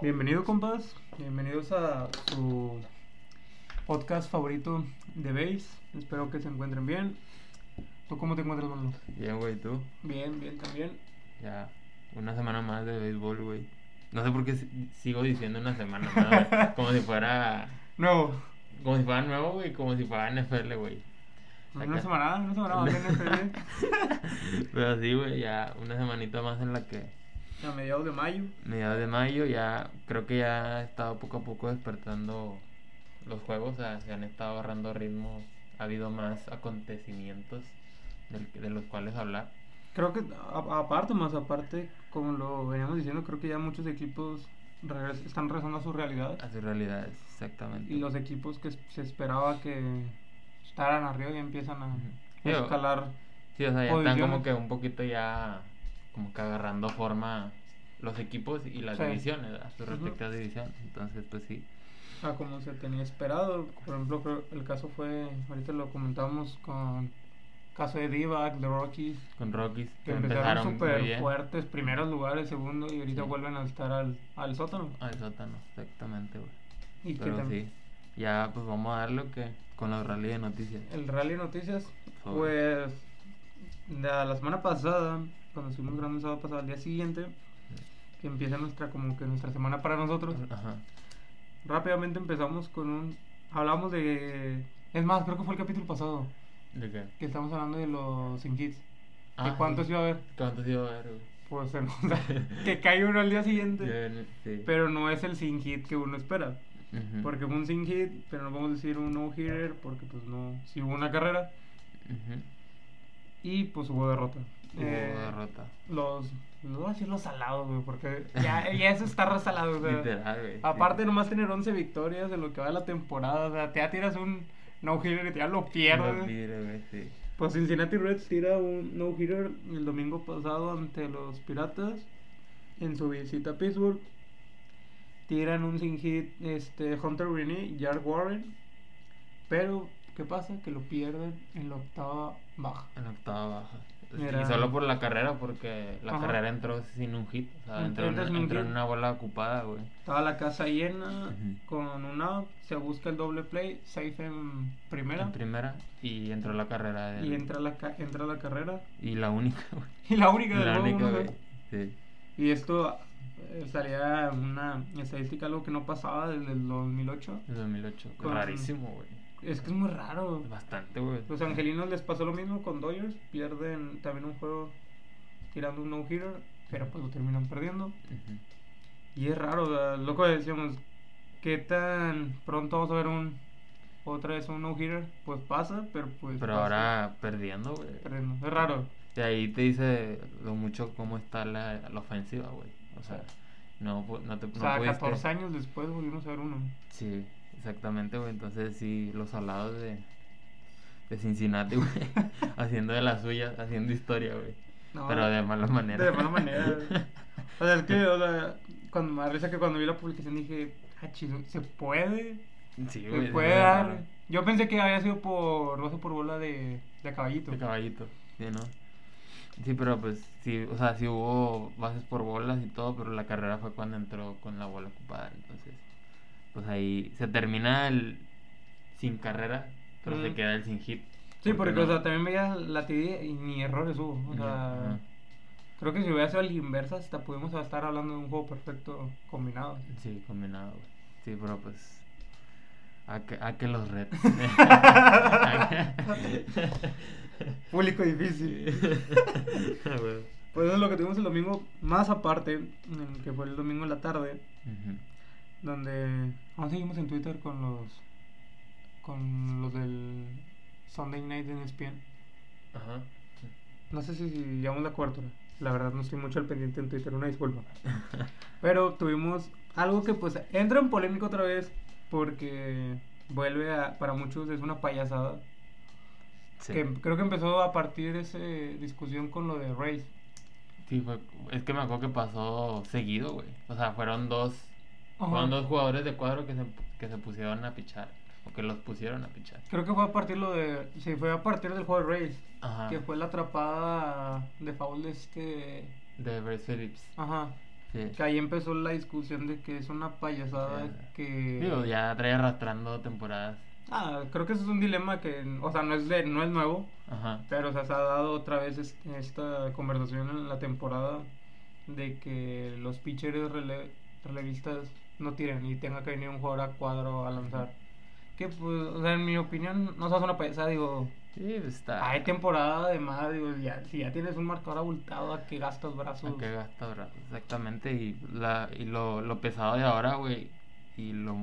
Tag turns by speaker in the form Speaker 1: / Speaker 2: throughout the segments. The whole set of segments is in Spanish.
Speaker 1: Bienvenido, compas. Bienvenidos a su podcast favorito de Base. Espero que se encuentren bien. ¿Tú cómo te encuentras, Manolo?
Speaker 2: Bien, güey, ¿tú?
Speaker 1: Bien, bien también.
Speaker 2: Ya, una semana más de béisbol, güey. No sé por qué si- sigo diciendo una semana más, güey. Como si fuera...
Speaker 1: Nuevo.
Speaker 2: Como si fuera nuevo, güey. Como si fuera NFL, güey.
Speaker 1: Una
Speaker 2: Acá.
Speaker 1: semana, una semana más bien este bien.
Speaker 2: Pero sí, güey, ya una semanita más en la que...
Speaker 1: A mediados de mayo.
Speaker 2: Mediados de mayo ya... Creo que ya ha estado poco a poco despertando los juegos. O sea, se han estado agarrando ritmo. Ha habido más acontecimientos del- de los cuales hablar.
Speaker 1: Creo que, a- aparte, más aparte, como lo veníamos diciendo, creo que ya muchos equipos regres- están regresando a su realidad.
Speaker 2: A su realidad, exactamente.
Speaker 1: Y los equipos que se esperaba que estaran arriba y empiezan a a
Speaker 2: Digo,
Speaker 1: escalar.
Speaker 2: Sí, o sea, ya
Speaker 1: Posiciones.
Speaker 2: están como que un poquito ya como que agarrando forma los equipos y las
Speaker 1: Sí.
Speaker 2: divisiones, a sus
Speaker 1: Ujú.
Speaker 2: respectivas divisiones. Entonces, pues sí.
Speaker 1: a como se tenía esperado. Por ejemplo, creo- el caso fue, ahorita lo comentamos con caso de Divac, de Rockies,
Speaker 2: Con Rockies que
Speaker 1: que empezaron
Speaker 2: empezaron muy
Speaker 1: súper
Speaker 2: bien.
Speaker 1: fuertes, primeros lugares, segundo, y ahorita
Speaker 2: Sí.
Speaker 1: vuelven a estar al, al sótano.
Speaker 2: Al Ah, sótano, exactamente, güey.
Speaker 1: Y que
Speaker 2: Pero
Speaker 1: también
Speaker 2: sí, ya pues vamos a dar lo que con la rally de noticias.
Speaker 1: el Rally Noticias,
Speaker 2: Sobre.
Speaker 1: pues de la semana pasada, cuando estuvimos grabando el sábado pasado, al día siguiente, que empieza nuestra, como que nuestra semana para nosotros,
Speaker 2: Ajá.
Speaker 1: rápidamente empezamos con un, hablamos de, es más, creo que fue el capítulo pasado,
Speaker 2: ¿De qué?
Speaker 1: que estamos hablando de los Sin Kids. ¿Y
Speaker 2: Ah,
Speaker 1: cuántos
Speaker 2: sí.
Speaker 1: iba a haber?
Speaker 2: ¿Cuántos iba a haber, güey?
Speaker 1: Pues se nos da que cae uno al día siguiente.
Speaker 2: Yo- Sí.
Speaker 1: Pero no es el sin hit que uno espera.
Speaker 2: Ujú.
Speaker 1: Porque fue un sin hit, pero no vamos a decir un no-hitter, porque pues no, si hubo una carrera.
Speaker 2: Ujú.
Speaker 1: Y pues hubo derrota.
Speaker 2: Hubo
Speaker 1: Eh,
Speaker 2: derrota.
Speaker 1: Los, no voy a decir los salados, güey, porque ya, ya eso está resalado. o sea,
Speaker 2: Literal, güey. sí.
Speaker 1: aparte nomás tener 11 victorias de lo que va de la temporada, o sea, te ya tiras un no-hitter y te ya lo pierdes.
Speaker 2: Lo pierde, güey, sí.
Speaker 1: Pues Cincinnati Reds tira un no-hitter el domingo pasado ante los Piratas en su visita a Pittsburgh. Tiran un sin hit este, Hunter Rennie, Jar Warren. Pero, ¿qué pasa? Que lo pierden en la octava baja.
Speaker 2: En octava baja.
Speaker 1: Era-
Speaker 2: Y solo por la carrera, porque la
Speaker 1: Ajá.
Speaker 2: carrera entró sin un hit. O sea, entró, en,
Speaker 1: Entró sin un
Speaker 2: entró
Speaker 1: hit.
Speaker 2: en una bola ocupada, güey.
Speaker 1: Estaba la casa llena
Speaker 2: Ujú.
Speaker 1: con un out. Se busca el doble play, safe en primera.
Speaker 2: En primera. Y entró la carrera de.
Speaker 1: y entra la, ca- entra la carrera.
Speaker 2: y la única, güey.
Speaker 1: Y la única del
Speaker 2: La
Speaker 1: juego,
Speaker 2: única,
Speaker 1: ¿no?
Speaker 2: güey. Sí.
Speaker 1: Y esto eh, salía una estadística, algo que no pasaba desde el 2008.
Speaker 2: En 2008.
Speaker 1: Con-
Speaker 2: Rarísimo, güey.
Speaker 1: Es que es muy raro.
Speaker 2: Bastante, güey.
Speaker 1: Los angelinos les pasó lo mismo con Dodgers. Pierden también un juego tirando un no-hitter, pero pues lo terminan perdiendo.
Speaker 2: Ujú.
Speaker 1: Y es raro, o sea, loco decíamos, ¿qué tan pronto vamos a ver un otra vez un no-hitter? Pues pasa, pero pues...
Speaker 2: Pero
Speaker 1: pasa.
Speaker 2: ahora perdiendo, güey.
Speaker 1: Perdiendo. Es raro.
Speaker 2: De ahí te dice lo mucho cómo está la, la ofensiva, güey. O sea, no, pu- no te
Speaker 1: O
Speaker 2: no
Speaker 1: sea,
Speaker 2: pudiste-
Speaker 1: 14 años después volvimos a ver uno.
Speaker 2: Sí, exactamente, güey. Entonces, sí, los salados de, de Cincinnati, güey. haciendo de las suyas, haciendo historia, güey.
Speaker 1: No,
Speaker 2: Pero de mala manera.
Speaker 1: De mala manera. O sea, es que, o sea, cuando me da risa que cuando vi la publicación dije, ah, chido, se puede,
Speaker 2: sí,
Speaker 1: se
Speaker 2: güey.
Speaker 1: puede
Speaker 2: sí,
Speaker 1: dar.
Speaker 2: raro.
Speaker 1: Yo pensé que había sido por, no sé, por bola de, de caballito.
Speaker 2: De caballito, sí, ¿no? Sí, pero pues, sí, o sea, sí hubo bases por bolas y todo, pero la carrera fue cuando entró con la bola ocupada. Entonces, pues ahí se termina el sin carrera, pero
Speaker 1: Mm.
Speaker 2: se queda el sin hit.
Speaker 1: sí, porque, o
Speaker 2: no-
Speaker 1: sea, también veía la TD y ni errores hubo. O sea,
Speaker 2: Ajá.
Speaker 1: creo que si hubiera sido a la inversa, hasta pudimos estar hablando de un juego perfecto combinado.
Speaker 2: Sí, combinado, güey. Sí, pero pues. A que, a que los retos.
Speaker 1: Público difícil.
Speaker 2: Ah, güey.
Speaker 1: Pues eso es lo que tuvimos el domingo, más aparte, en el que fue el domingo en la tarde.
Speaker 2: Ujú.
Speaker 1: donde aún seguimos en Twitter con los con los del Sunday Night en E ESPN.
Speaker 2: Ajá.
Speaker 1: No sé si llevamos la cobertura. La verdad no estoy mucho al pendiente en Twitter, una disculpa. Pero tuvimos algo que pues entra en polémica otra vez porque vuelve a para muchos es una payasada.
Speaker 2: Sí.
Speaker 1: Que creo que empezó a partir esa discusión con lo de Race.
Speaker 2: Sí, fue- es que me acuerdo que pasó seguido, güey. O sea, fueron dos,
Speaker 1: Ajá.
Speaker 2: fueron dos jugadores de cuadro que se, que se pusieron a pichar. O que los pusieron a pichar.
Speaker 1: Creo que fue a partir lo de sí, fue a partir del juego de Race,
Speaker 2: Ajá.
Speaker 1: que fue la atrapada de foul de este
Speaker 2: De Bryce Phillips.
Speaker 1: Ajá.
Speaker 2: Sí.
Speaker 1: Que ahí empezó la discusión de que es una payasada
Speaker 2: Ya.
Speaker 1: que...
Speaker 2: Digo, ya trae arrastrando temporadas.
Speaker 1: Ah, creo que eso es un dilema que, o sea, no es, de, no es nuevo,
Speaker 2: Ajá.
Speaker 1: pero o sea, se ha dado otra vez es- esta conversación en la temporada de que los pitchers rele- relevistas no tiren y tenga que venir un jugador a cuadro a lanzar. Que pues, o sea, en mi opinión, no se hace una payasada, digo,
Speaker 2: Sí, pues está.
Speaker 1: hay temporada de más, digo, ya, si ya tienes un marcador abultado, ¿a qué gastas brazos?
Speaker 2: ¿A qué gasta brazos? Exactamente. Y, la, y lo, lo pesado de ahora, güey. Y lo,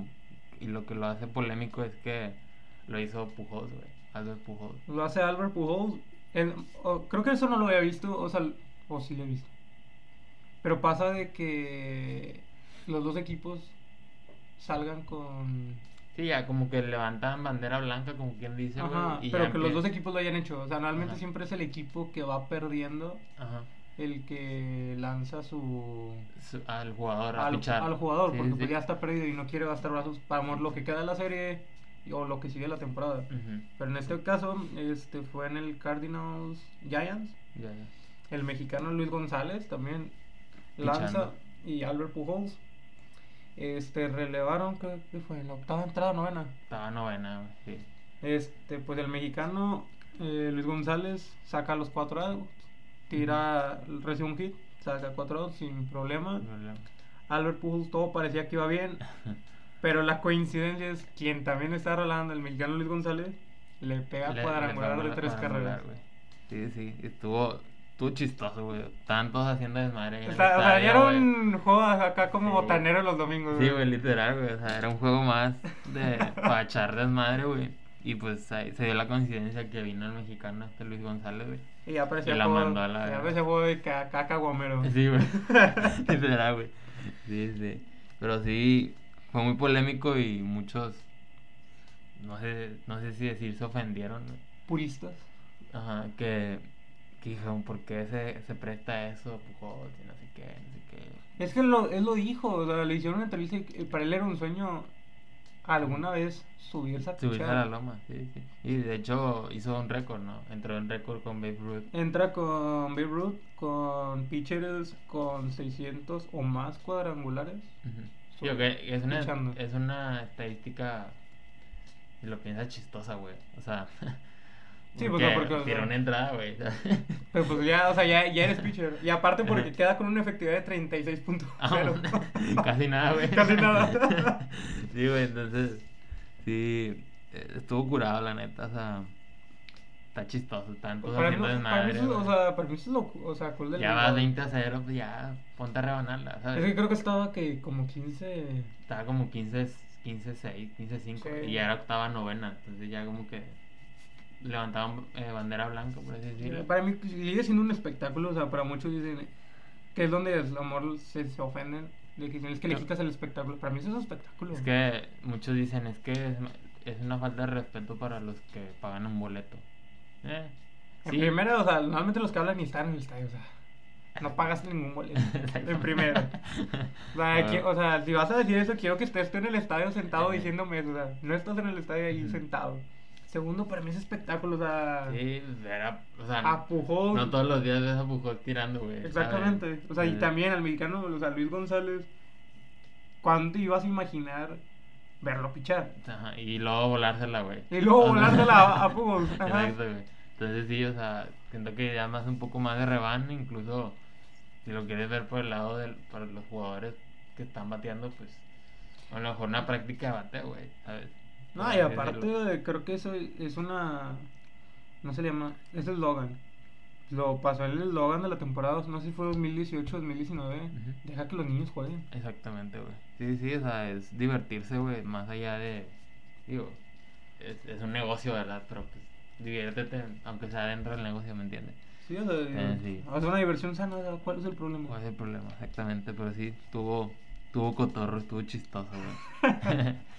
Speaker 2: y lo que lo hace polémico es que lo hizo Pujols, güey. Albert Pujols.
Speaker 1: Lo hace Albert Pujols. El- o- creo que eso no lo había visto, o sea, o sí lo he visto. Pero pasa de que los dos equipos salgan con...
Speaker 2: Sí, ya como que levantan bandera blanca, como quien dice, güey.
Speaker 1: Ajá,
Speaker 2: y
Speaker 1: pero
Speaker 2: ya
Speaker 1: que los
Speaker 2: empie-
Speaker 1: dos equipos lo hayan hecho. O sea, normalmente
Speaker 2: Ajá.
Speaker 1: siempre es el equipo que va perdiendo
Speaker 2: Ajá.
Speaker 1: el que lanza su...
Speaker 2: Su- Al jugador, a
Speaker 1: Al,
Speaker 2: pichar.
Speaker 1: al jugador,
Speaker 2: Sí,
Speaker 1: porque
Speaker 2: sí.
Speaker 1: pues ya está perdido y no quiere gastar brazos para amor lo que queda de la serie o lo que sigue la temporada.
Speaker 2: Ujú,
Speaker 1: Pero en este caso este fue en el Cardinals Giants.
Speaker 2: Ya, ya.
Speaker 1: El mexicano Luis González también
Speaker 2: Pichando.
Speaker 1: lanza y Albert Pujols. Este relevaron que, fue en la octava entrada, novena.
Speaker 2: Estaba novena, güey. Sí.
Speaker 1: Este, pues el mexicano eh, Luis González saca los cuatro outs, tira, recibe un hit, saca cuatro outs sin problema. Albert Pujols todo parecía que iba bien, pero la coincidencia es quien también está rolando, el mexicano Luis González, le pega
Speaker 2: Le- le
Speaker 1: cuadrangular
Speaker 2: ganó
Speaker 1: de
Speaker 2: la
Speaker 1: tres
Speaker 2: cuadrangular,
Speaker 1: carreras.
Speaker 2: güey. Sí, sí, estuvo, estuvo chistoso, güey. Estaban todos haciendo desmadre. en el
Speaker 1: O sea, o sea,
Speaker 2: estadio,
Speaker 1: ya era
Speaker 2: güey.
Speaker 1: un juego acá como
Speaker 2: Sí.
Speaker 1: botanero los domingos.
Speaker 2: Sí, güey, literal, güey. O sea, era un juego más de para echar desmadre, güey. Y pues ahí se dio la coincidencia que vino el mexicano este Luis González, güey.
Speaker 1: Y ya parecía
Speaker 2: Y la
Speaker 1: juego,
Speaker 2: mandó a la
Speaker 1: ya
Speaker 2: verga.
Speaker 1: parecía juego de ca- caca guamero.
Speaker 2: Sí, güey. literal, güey. Sí, sí. Pero sí, fue muy polémico y muchos, no sé, no sé si decir, se ofendieron, güey.
Speaker 1: Puristas.
Speaker 2: Ajá, que, que dijeron, ¿por qué se, se presta eso? Pujols y no sé qué, no sé qué.
Speaker 1: Es que lo, él lo dijo, o sea, le hicieron una entrevista y que para él era un sueño alguna vez subirse a
Speaker 2: Subirse a
Speaker 1: pichar.
Speaker 2: la loma, sí, sí. Y de hecho hizo un récord, ¿no? Entró en récord con Babe Ruth.
Speaker 1: Entra con Babe Ruth, con pitchers con 600 o más cuadrangulares.
Speaker 2: Ujú.
Speaker 1: Su-
Speaker 2: Digo que es una,
Speaker 1: luchando.
Speaker 2: es una estadística, si lo piensas, chistosa, güey. O sea,
Speaker 1: Sí, pues, no, porque, o
Speaker 2: tiró
Speaker 1: sea-
Speaker 2: una entrada, güey.
Speaker 1: Pero pues ya, o sea, ya, ya eres pitcher. Y aparte porque
Speaker 2: Ajá.
Speaker 1: queda con una efectividad de 36.0.
Speaker 2: Ah, Casi nada, güey.
Speaker 1: Casi nada.
Speaker 2: sí, güey, entonces, sí, eh, estuvo curado, la neta, o sea, está chistoso, tanto
Speaker 1: Pues, para, mí,
Speaker 2: haciendo
Speaker 1: para mí
Speaker 2: desmadre,
Speaker 1: eso- o
Speaker 2: güey.
Speaker 1: sea, para mí eso es lo, o sea, cool del
Speaker 2: Ya vas
Speaker 1: béisbol.
Speaker 2: 20 a 0, pues ya, ponte a rebanarla, ¿sabes?
Speaker 1: Es que creo que estaba que como 15.
Speaker 2: Estaba como 15, 15, 6, 15, 5.
Speaker 1: Sí.
Speaker 2: Y ya era octava, novena. Entonces ya como que levantaban eh, bandera blanca, por así decirlo.
Speaker 1: Eh, Para mí pues, sigue siendo un espectáculo, o sea, para muchos dicen que es donde el amor se, se ofenden, de que dicen, es que le
Speaker 2: No.
Speaker 1: quitas el espectáculo. Para mí eso es un espectáculo.
Speaker 2: Es que muchos dicen, es que es, es una falta de respeto para los que pagan un boleto. Eh,
Speaker 1: En
Speaker 2: sí.
Speaker 1: primera, o sea, normalmente los que hablan ni están en el estadio, o sea, no pagaste ningún boleto. en primera. O sea,
Speaker 2: Ah.
Speaker 1: que- o sea, si vas a decir eso, quiero que estés tú en el estadio sentado
Speaker 2: Ajá.
Speaker 1: diciéndome eso, o sea, no estás en el estadio ahí
Speaker 2: Ujú.
Speaker 1: sentado. Segundo, para mí es espectáculo, o sea,
Speaker 2: Sí, era, o sea,
Speaker 1: a Pujols,
Speaker 2: no todos los días ves a Pujols tirando, güey. ¿sabes?
Speaker 1: Exactamente. O sea, y
Speaker 2: Entonces,
Speaker 1: también al mexicano, o sea, Luis González, ¿cuándo te ibas a imaginar verlo pichar?
Speaker 2: Ajá, y luego volársela, güey.
Speaker 1: Y luego
Speaker 2: O sea,
Speaker 1: volársela a- a Pujols, ajá.
Speaker 2: Exacto, güey. Entonces sí, o sea, siento que ya más un poco más de rebano, incluso si lo quieres ver por el lado de para los jugadores que están bateando, pues a lo mejor una práctica de bateo, güey, ¿sabes?
Speaker 1: No,
Speaker 2: Por
Speaker 1: y
Speaker 2: así
Speaker 1: aparte,
Speaker 2: decirlo.
Speaker 1: creo que eso es una. No se le llama. Es eslogan. Lo pasó el eslogan de la temporada, no sé si fue 2018 2019.
Speaker 2: Ujú.
Speaker 1: Deja que los niños jueguen.
Speaker 2: Exactamente, güey. Sí, sí, o sea, es divertirse, güey, más allá de... Digo, es, es un negocio, ¿verdad? Pero pues diviértete, aunque sea dentro del negocio, ¿me entiendes?
Speaker 1: Sí, o sea,
Speaker 2: Eh, sí.
Speaker 1: es una diversión sana. o sea, ¿Cuál es el problema?
Speaker 2: ¿Cuál es el problema? Exactamente, pero sí, estuvo, estuvo cotorro, estuvo chistoso, güey.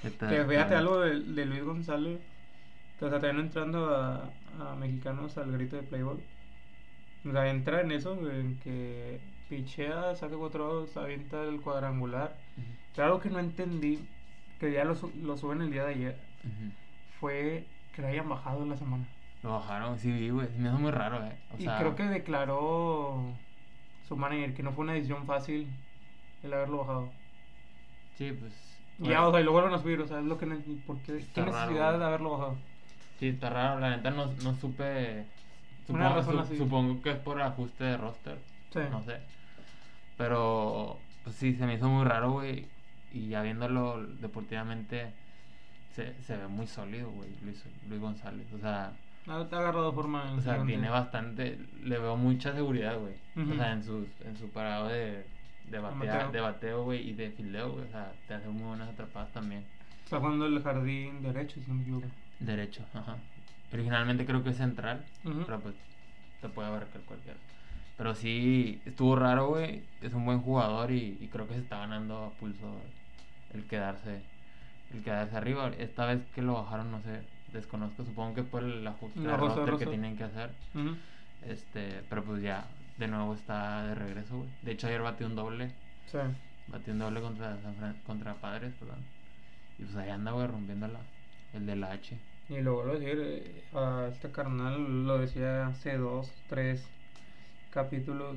Speaker 2: Este, Está-
Speaker 1: Que
Speaker 2: está
Speaker 1: fíjate
Speaker 2: bien.
Speaker 1: algo de, de Luis González. O sea, también entrando a, a mexicanos al grito de Playboy. O sea, entra en eso, en que pichea, saca cuatro outs, avienta el cuadrangular.
Speaker 2: Ujú,
Speaker 1: Pero algo que no entendí, que ya lo, su- lo suben el día de ayer,
Speaker 2: ujú.
Speaker 1: fue que lo hayan bajado en la semana.
Speaker 2: Lo bajaron, sí vi, güey. Me hizo muy raro, eh. O
Speaker 1: y
Speaker 2: sea,
Speaker 1: creo que declaró su manager que no fue una decisión fácil el haberlo bajado.
Speaker 2: Sí, pues.
Speaker 1: Y
Speaker 2: bueno,
Speaker 1: ya, o sea, y lo vuelven a subir, o sea, es lo que no entiendo. ¿Por qué?
Speaker 2: Está
Speaker 1: ¿Qué
Speaker 2: raro,
Speaker 1: necesidad
Speaker 2: güey.
Speaker 1: de haberlo bajado?
Speaker 2: Sí, está raro, la neta no, no supe.
Speaker 1: Una
Speaker 2: Supongo,
Speaker 1: razón
Speaker 2: su-
Speaker 1: así.
Speaker 2: supongo que es por ajuste de roster,
Speaker 1: Sí.
Speaker 2: no sé. Pero, pues sí, se me hizo muy raro, güey. Y ya viéndolo deportivamente, se, se ve muy sólido, güey, Luis, Luis González. O sea,
Speaker 1: Ha, ha agarrado forma.
Speaker 2: o sea
Speaker 1: interesante.
Speaker 2: tiene bastante. Le veo mucha seguridad, güey.
Speaker 1: Ujú.
Speaker 2: O sea, en, sus, en su parado de, de
Speaker 1: Bateo.
Speaker 2: batea- de bateo, güey, y de fildeo, güey. O sea, te hace muy buenas atrapadas también.
Speaker 1: Está jugando el jardín derecho, si no me equivoco.
Speaker 2: Derecho, ajá. Originalmente creo que es central,
Speaker 1: Ujú.
Speaker 2: pero pues te puede abarcar cualquiera. Pero sí, estuvo raro, güey. Es un buen jugador y, y creo que se está ganando a pulso el quedarse el quedarse arriba. Esta vez que lo bajaron, no sé, desconozco. Supongo que por el ajuste
Speaker 1: El
Speaker 2: de
Speaker 1: ajuste de
Speaker 2: roster que
Speaker 1: roster.
Speaker 2: tienen que hacer.
Speaker 1: Ujú.
Speaker 2: Este, pero pues ya, de nuevo está de regreso, güey. De hecho, ayer batió un doble.
Speaker 1: Sí.
Speaker 2: Batió un doble contra, San Fran- contra Padres, perdón. Y pues ahí anda, güey, rompiéndola. El de la H.
Speaker 1: Y lo vuelvo a decir, eh, a este carnal lo decía hace dos, tres capítulos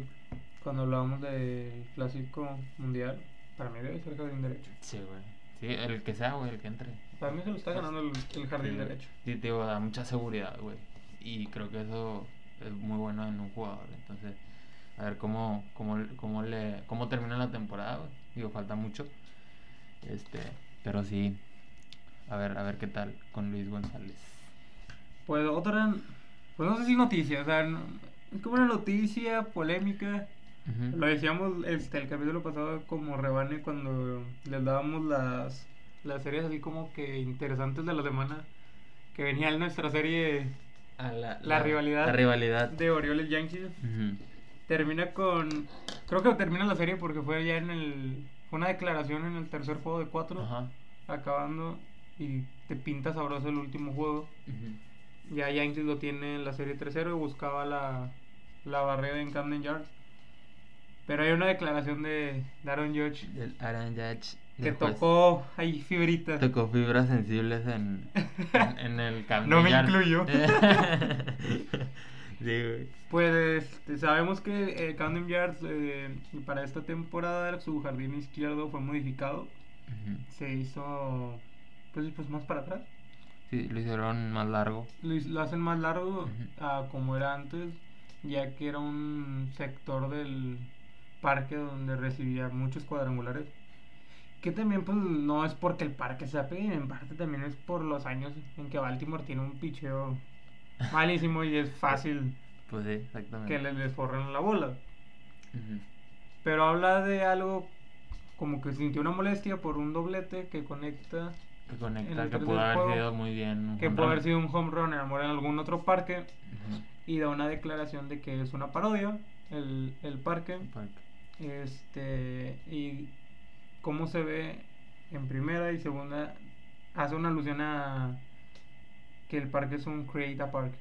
Speaker 1: cuando hablábamos del clásico mundial. Para mí debe ser jardín derecho.
Speaker 2: Sí, güey. Sí, el que sea, güey, el que entre.
Speaker 1: Para mí se lo está ganando el, el jardín
Speaker 2: Sí, güey.
Speaker 1: derecho.
Speaker 2: Sí, te digo, da mucha seguridad, güey. Y creo que eso es muy bueno en un jugador. Entonces, a ver cómo, cómo, cómo, le, cómo termina la temporada, güey. Digo, falta mucho. Este, pero sí. A ver, a ver qué tal con Luis González.
Speaker 1: Pues otra, pues no sé si noticia, o sea, no- es como una noticia polémica.
Speaker 2: Ujú.
Speaker 1: Lo decíamos este, el capítulo pasado como rebane cuando les dábamos las, las series así como que interesantes de la semana. Que venía en nuestra serie
Speaker 2: Ah, la,
Speaker 1: la rivalidad
Speaker 2: La rivalidad.
Speaker 1: de Orioles Yankees.
Speaker 2: Ujú.
Speaker 1: Termina con. Creo que termina la serie porque fue ya en el. Fue una declaración en el tercer juego de cuatro.
Speaker 2: Ajá.
Speaker 1: Acabando. Y te pinta sabroso el último juego.
Speaker 2: Ujú.
Speaker 1: Ya Yankees lo tiene en la serie 3-0 y buscaba la, la barrera en Camden Yards. Pero hay una declaración de Daron Judge
Speaker 2: Del Aaron Judge,
Speaker 1: que
Speaker 2: del juez.
Speaker 1: tocó ahí fibritas.
Speaker 2: Tocó fibras sensibles en, en, en el cambio.
Speaker 1: No me incluyo.
Speaker 2: sí, güey.
Speaker 1: Pues este, sabemos que eh, Camden Yards eh, para esta temporada su jardín izquierdo fue modificado.
Speaker 2: Ujú.
Speaker 1: Se hizo pues, pues más para atrás.
Speaker 2: Sí, lo hicieron más largo.
Speaker 1: Lo, hiz- lo hacen más largo
Speaker 2: Ujú.
Speaker 1: a como era antes, ya que era un sector del parque donde recibía muchos cuadrangulares. Que también, pues, no es porque el parque sea pequeño, en parte también es por los años en que Baltimore tiene un picheo malísimo y es fácil
Speaker 2: Pues sí,
Speaker 1: que
Speaker 2: exactamente.
Speaker 1: le, les forren la bola.
Speaker 2: Ujú.
Speaker 1: Pero habla de algo como que sintió una molestia por un doblete que conecta,
Speaker 2: Que
Speaker 1: en
Speaker 2: conecta,
Speaker 1: el
Speaker 2: que
Speaker 1: tercer
Speaker 2: pudo haber
Speaker 1: juego,
Speaker 2: sido muy bien. un
Speaker 1: que
Speaker 2: home
Speaker 1: puede
Speaker 2: run.
Speaker 1: haber sido un home run en amor en algún otro parque.
Speaker 2: Ujú.
Speaker 1: y da una declaración de que es una parodia el, el parque
Speaker 2: Porque-
Speaker 1: este y cómo se ve en primera y segunda hace una alusión a que el parque es un create a park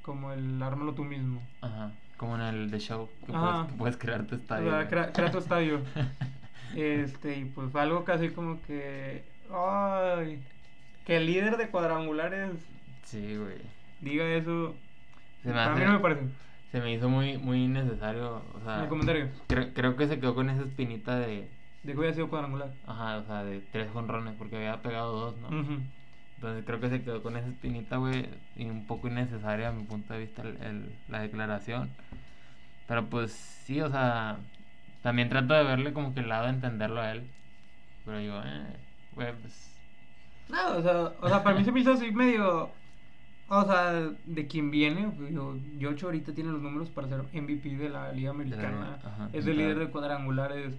Speaker 1: como el ármalo tú mismo
Speaker 2: Ajá. Como en el The Show, que,
Speaker 1: Ajá.
Speaker 2: puedes, que puedes crear tu
Speaker 1: o
Speaker 2: estadio.
Speaker 1: sea,
Speaker 2: güey.
Speaker 1: crea, crea tu estadio este y pues algo casi como que ay que el líder de cuadrangulares
Speaker 2: sí, güey.
Speaker 1: diga eso
Speaker 2: Se me
Speaker 1: a mí
Speaker 2: hace- Ah.
Speaker 1: no me parece
Speaker 2: Se me hizo muy, muy innecesario. O sea,
Speaker 1: en el comentario
Speaker 2: Creo, creo que se quedó con esa espinita de.
Speaker 1: de que hubiera sido cuadrangular
Speaker 2: Ajá, o sea, de tres jonrones, porque había pegado dos, ¿no?
Speaker 1: Ujú.
Speaker 2: Entonces creo que se quedó con esa espinita, güey, y un poco innecesaria a mi punto de vista el- el- la declaración. Pero pues sí, o sea, también trato de verle como que el lado de entenderlo a él. Pero digo, eh, güey, pues...
Speaker 1: No, o sea, o sea, para mí se me hizo así medio. O sea, de quien viene. pues, Yo, Yocho ahorita tiene los números para ser MVP de la Liga Americana.
Speaker 2: ajá,
Speaker 1: es el líder
Speaker 2: claro.
Speaker 1: de cuadrangulares.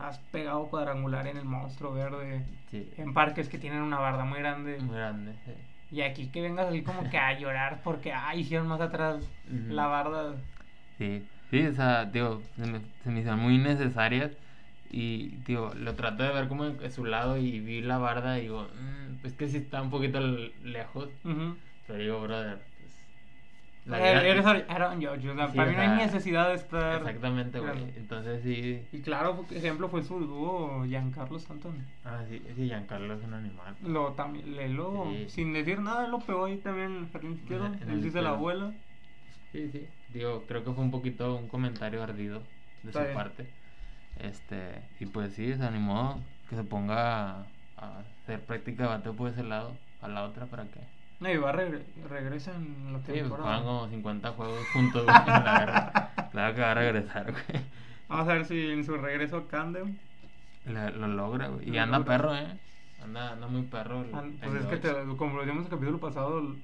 Speaker 1: Has pegado cuadrangular en el monstruo verde.
Speaker 2: Sí,
Speaker 1: En parques que tienen una barda muy grande.
Speaker 2: muy grande, sí.
Speaker 1: Y aquí que vengas así como que a llorar porque, ay, hicieron más atrás
Speaker 2: Ujú.
Speaker 1: la barda.
Speaker 2: Sí, sí, o sea, digo, se me, se me hicieron muy innecesarias. Y, digo, lo trato de ver como en- en su lado y vi la barda y digo, "Mm, pues que sí está un poquito l- lejos.
Speaker 1: Ujú.
Speaker 2: Pero digo, brother, pues... la
Speaker 1: Eh,
Speaker 2: vida-
Speaker 1: Eres Aaron Judge, o sea,
Speaker 2: Sí,
Speaker 1: para
Speaker 2: o
Speaker 1: mí no hay
Speaker 2: sea,
Speaker 1: necesidad de estar.
Speaker 2: Exactamente,
Speaker 1: Claro.
Speaker 2: güey. Entonces sí.
Speaker 1: Y claro, por ejemplo, fue su dúo, Giancarlo Stanton.
Speaker 2: Ah, sí, sí, Giancarlo es un animal.
Speaker 1: Lo también, le lo,
Speaker 2: Sí.
Speaker 1: sin decir nada, lo pegó ahí también en el jardín izquierdo.
Speaker 2: En el
Speaker 1: Él dice
Speaker 2: izquierdo.
Speaker 1: la abuela.
Speaker 2: Sí, sí. Digo, creo que fue un poquito un comentario ardido de
Speaker 1: Está
Speaker 2: su
Speaker 1: bien.
Speaker 2: parte. Este, y pues sí, se animó que se ponga a, a hacer práctica de bateo por ese lado, a la otra para que.
Speaker 1: No, y va a regre- regresa en la
Speaker 2: Sí, pues
Speaker 1: temporada.
Speaker 2: juegan como 50 juegos juntos, güey, en la guerra. Claro que va a regresar, güey.
Speaker 1: Vamos a ver si en su regreso a Candem.
Speaker 2: La- lo logra, güey. Y
Speaker 1: Lo
Speaker 2: anda
Speaker 1: logra.
Speaker 2: perro, ¿eh? Anda, anda muy perro. el-
Speaker 1: An-
Speaker 2: el
Speaker 1: Pues es que,
Speaker 2: Dodge.
Speaker 1: te- como lo decíamos en el capítulo pasado, el-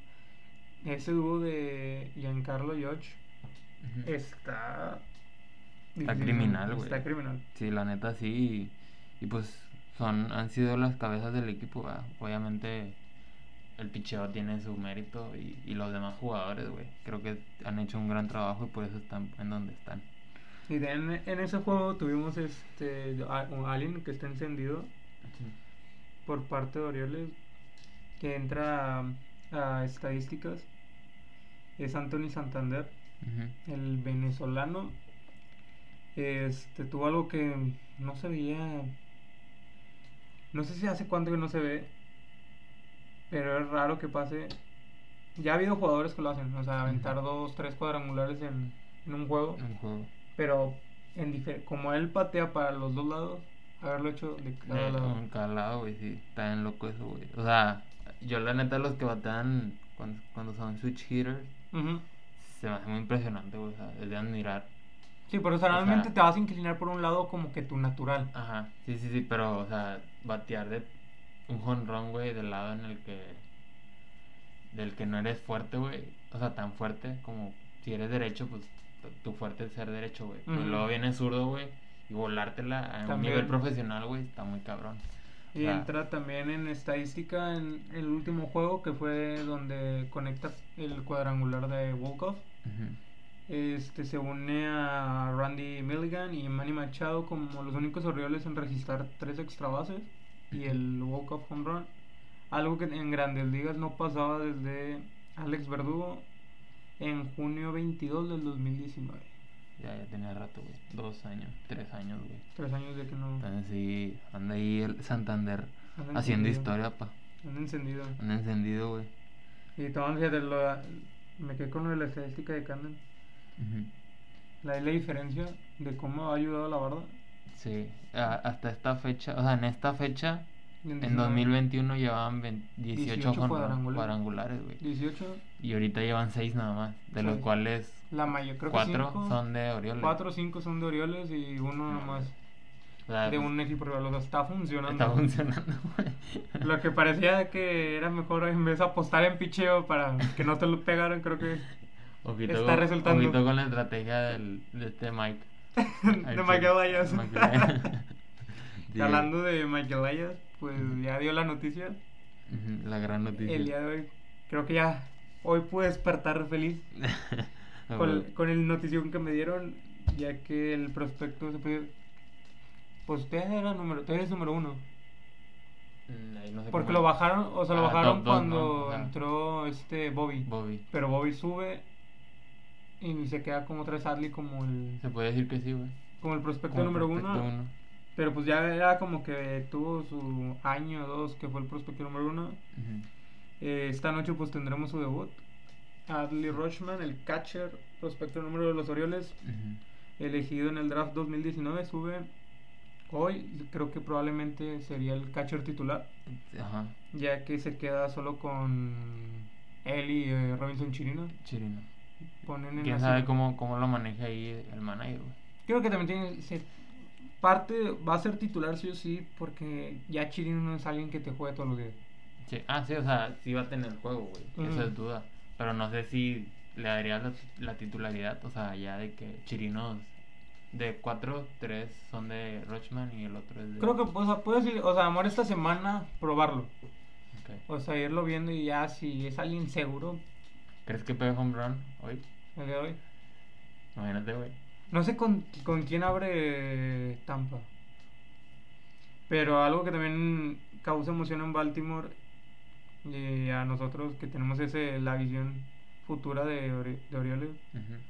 Speaker 1: ese dúo de Giancarlo y George eh.
Speaker 2: Ujú.
Speaker 1: está.
Speaker 2: Mm. Está
Speaker 1: difícil,
Speaker 2: criminal, güey.
Speaker 1: Está criminal.
Speaker 2: Sí, la neta sí. Y, y, pues son, han sido las cabezas del equipo, ¿verdad? Obviamente el picheo tiene su mérito y, y los demás jugadores, güey. Creo que han hecho un gran trabajo y por eso están en donde están.
Speaker 1: Y de- en, en ese juego tuvimos este a- un alien que está encendido por parte de Orioles, que entra a, a estadísticas. Es Anthony Santander,
Speaker 2: Ujú.
Speaker 1: el venezolano. Este tuvo algo que no se veía. No sé si hace cuánto que no se ve. Pero es raro que pase. Ya ha habido jugadores que lo hacen. O sea, aventar
Speaker 2: Ujú.
Speaker 1: dos, tres cuadrangulares en, en un juego.
Speaker 2: Un juego.
Speaker 1: Pero en difer- como él patea para los dos lados, haberlo hecho de cada
Speaker 2: De-
Speaker 1: lado.
Speaker 2: Eh, un calado, güey, sí. Está bien loco eso, güey. O sea, yo la neta los que batean cuando, cuando son switch hitters
Speaker 1: Ujú.
Speaker 2: se me hace muy impresionante, güey. O sea, es de admirar.
Speaker 1: Sí, pero o sea,
Speaker 2: O sea-
Speaker 1: realmente te vas a inclinar por un lado como que tu natural.
Speaker 2: Ajá, sí, sí, sí, pero, o sea, batear de un jonrón, güey, del lado en el que. del que no eres fuerte, güey. O sea, tan fuerte como si eres derecho, pues tu- tu fuerte es ser derecho, güey. Pero
Speaker 1: Ujú.
Speaker 2: luego viene zurdo, güey, y volártela a un
Speaker 1: También.
Speaker 2: nivel profesional, güey, está muy cabrón.
Speaker 1: Y
Speaker 2: Ah.
Speaker 1: entra también en estadística en el último juego que fue donde conecta el cuadrangular de Volkov. Este se une a Randy Milligan y Manny Machado como los únicos Orioles en registrar tres extra bases y el walk-off home run. Algo que en Grandes Ligas no pasaba desde Alex Verdugo en junio 22 del 2019.
Speaker 2: Ya, ya tenía rato, güey. Dos años, tres años, güey.
Speaker 1: Tres años de que no
Speaker 2: Entonces sí, anda ahí el Santander
Speaker 1: Anda
Speaker 2: haciendo
Speaker 1: encendido.
Speaker 2: historia, pa.
Speaker 1: han encendido.
Speaker 2: Anda encendido, güey.
Speaker 1: Y entonces fíjate, lo- me quedé con lo de la estadística de Camden.
Speaker 2: Ujú.
Speaker 1: La, la diferencia de cómo ha ayudado la barda.
Speaker 2: Sí, a- hasta esta fecha, o sea, en esta fecha, en
Speaker 1: 2020
Speaker 2: 2021 llevaban 20 18,
Speaker 1: 18
Speaker 2: jonro-
Speaker 1: cuadrangulares.
Speaker 2: cuadrangulares, güey.
Speaker 1: 18,
Speaker 2: Y ahorita llevan 6 nada más, de los
Speaker 1: Sí.
Speaker 2: cuales
Speaker 1: la mayor creo que
Speaker 2: 4
Speaker 1: cinco-
Speaker 2: son de Orioles.
Speaker 1: 4 o 5 son de Orioles y
Speaker 2: No,
Speaker 1: uno nomás
Speaker 2: O sea,
Speaker 1: de
Speaker 2: pues,
Speaker 1: un equipo rival. O sea, está funcionando.
Speaker 2: Está funcionando, güey.
Speaker 1: Lo que parecía que era mejor en vez de apostar en picheo para que no te lo pegaran, creo que
Speaker 2: Ojito
Speaker 1: está
Speaker 2: con-
Speaker 1: resultando.
Speaker 2: ojito con la estrategia del, de este Mike. Al
Speaker 1: de
Speaker 2: chile,
Speaker 1: Michael Ayas.
Speaker 2: de Michael Elias. Sí.
Speaker 1: Hablando de Michael Ayas, pues ya dio la noticia.
Speaker 2: Ujú, La gran noticia.
Speaker 1: El día de hoy, creo que ya hoy pude despertar feliz con, con el notición que me dieron, ya que el prospecto se pidió. Pues usted era número, usted es número uno.
Speaker 2: Mm, ahí no sé
Speaker 1: Porque
Speaker 2: cómo-
Speaker 1: lo bajaron, o sea, lo
Speaker 2: Ah,
Speaker 1: bajaron
Speaker 2: top dos,
Speaker 1: cuando
Speaker 2: ¿no? O sea.
Speaker 1: entró este Bobby.
Speaker 2: Bobby.
Speaker 1: Pero Bobby sube y se queda como tres Adley como el,
Speaker 2: Se puede decir que sí, güey.
Speaker 1: como el prospecto
Speaker 2: Como
Speaker 1: número
Speaker 2: prospecto
Speaker 1: uno.
Speaker 2: uno.
Speaker 1: Pero pues ya era como que tuvo su año o dos que fue el prospecto número uno.
Speaker 2: Ujú.
Speaker 1: Eh, esta noche pues tendremos su debut. Adley Rochman, el catcher, prospecto número de los Orioles,
Speaker 2: Ujú.
Speaker 1: elegido en el draft 2019, sube hoy. Creo que probablemente sería el catcher titular,
Speaker 2: Ajá.
Speaker 1: ya que se queda solo con él y eh, Robinson Chirino.
Speaker 2: Chirino.
Speaker 1: Ponen en
Speaker 2: ¿Quién
Speaker 1: la
Speaker 2: sabe
Speaker 1: cima.
Speaker 2: cómo, cómo lo maneja ahí el manager, güey?
Speaker 1: Creo que también tiene se- parte va a ser titular sí o sí porque ya Chirino no es alguien que te juegue todos los días.
Speaker 2: Sí. Ah, sí, o sea, sí va a tener juego, güey. Esa
Speaker 1: Ujú.
Speaker 2: es duda. Pero no sé si le daría la, la titularidad, o sea, ya de que Chirinos de cuatro, tres son de Rochman y el otro es de...
Speaker 1: Creo que o sea, puedes ir, o sea, amor esta semana probarlo,
Speaker 2: Ok.
Speaker 1: o sea, irlo viendo y ya si es alguien seguro
Speaker 2: ¿Crees que pegue home run hoy?
Speaker 1: el día de hoy.
Speaker 2: Imagínate, güey.
Speaker 1: No sé con, con quién abre eh, Tampa. Pero algo que también causa emoción en Baltimore y a nosotros que tenemos ese la visión futura de, Ori- de Orioles
Speaker 2: Ujú.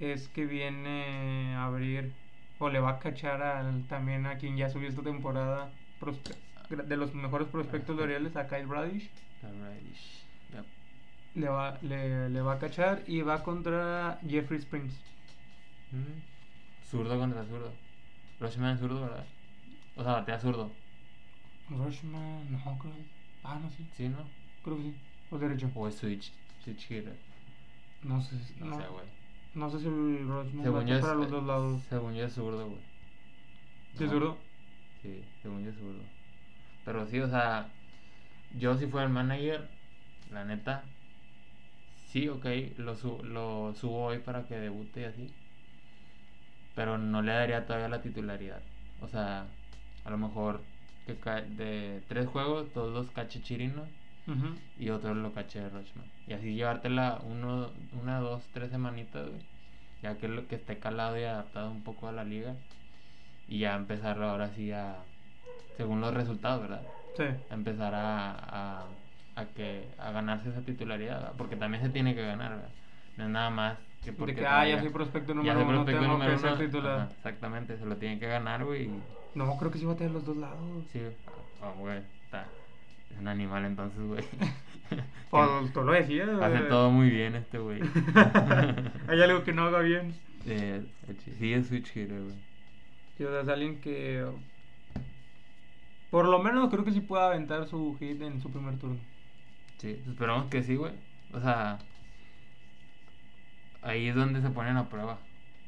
Speaker 1: es que viene a abrir o le va a cachar al, también a quien ya subió esta temporada prospe- de los mejores prospectos de Orioles a Kyle Bradish
Speaker 2: All right. Yep.
Speaker 1: le va, le, le va a cachar y va contra Jeffrey Springs
Speaker 2: Zurdo contra zurdo. Rushman es zurdo, ¿verdad? O sea, batea zurdo.
Speaker 1: Rushman, no, creo. Ah, no, sí.
Speaker 2: ¿Sí, no?
Speaker 1: Creo que sí. O derecho.
Speaker 2: O es switch. Switch hitter.
Speaker 1: No sé, si-
Speaker 2: No,
Speaker 1: no,
Speaker 2: sé, güey.
Speaker 1: no sé si el
Speaker 2: Según
Speaker 1: Rushman
Speaker 2: yo
Speaker 1: batea
Speaker 2: es.
Speaker 1: para los dos lados.
Speaker 2: Según yo es zurdo, güey.
Speaker 1: ¿Sí es
Speaker 2: No.
Speaker 1: zurdo?
Speaker 2: Sí, según yo es zurdo. Pero sí, o sea, yo si fuera el manager, la neta, sí, ok, lo, su- lo subo hoy para que debute y así. Pero no le daría todavía la titularidad. O sea, a lo mejor que ca- de tres juegos, todos los cache Chirino
Speaker 1: Ujú.
Speaker 2: y otro lo cache Rochman. Y así llevártela uno, una, dos, tres semanitas, güey. Ya que, lo, que esté calado y adaptado un poco a la liga. Y ya empezar ahora sí a, según los resultados, ¿verdad?
Speaker 1: Sí.
Speaker 2: A empezar a, a, a que, a ganarse esa titularidad, ¿verdad? Porque también se tiene que ganar, ¿verdad? No es nada más que porque...
Speaker 1: De que, ah, ya
Speaker 2: traiga-
Speaker 1: soy prospecto
Speaker 2: ya
Speaker 1: número
Speaker 2: soy
Speaker 1: uno,
Speaker 2: prospecto
Speaker 1: tengo
Speaker 2: número
Speaker 1: que ser
Speaker 2: uno.
Speaker 1: titular.
Speaker 2: Ajá, exactamente, se lo tiene que ganar, güey. y-
Speaker 1: No, creo que sí batea a los dos lados.
Speaker 2: Sí, ah, güey, está. Es un animal entonces, güey.
Speaker 1: Pues, tú lo decías.
Speaker 2: Hace
Speaker 1: güey.
Speaker 2: todo muy bien este güey.
Speaker 1: Hay algo que no haga bien.
Speaker 2: Eh, sí, es Switch Hitter, güey.
Speaker 1: Sí, o sea, es alguien que. Por lo menos creo que sí puede aventar su hit en su primer turno.
Speaker 2: Sí, esperamos que sí, güey. O sea, ahí es donde se ponen a prueba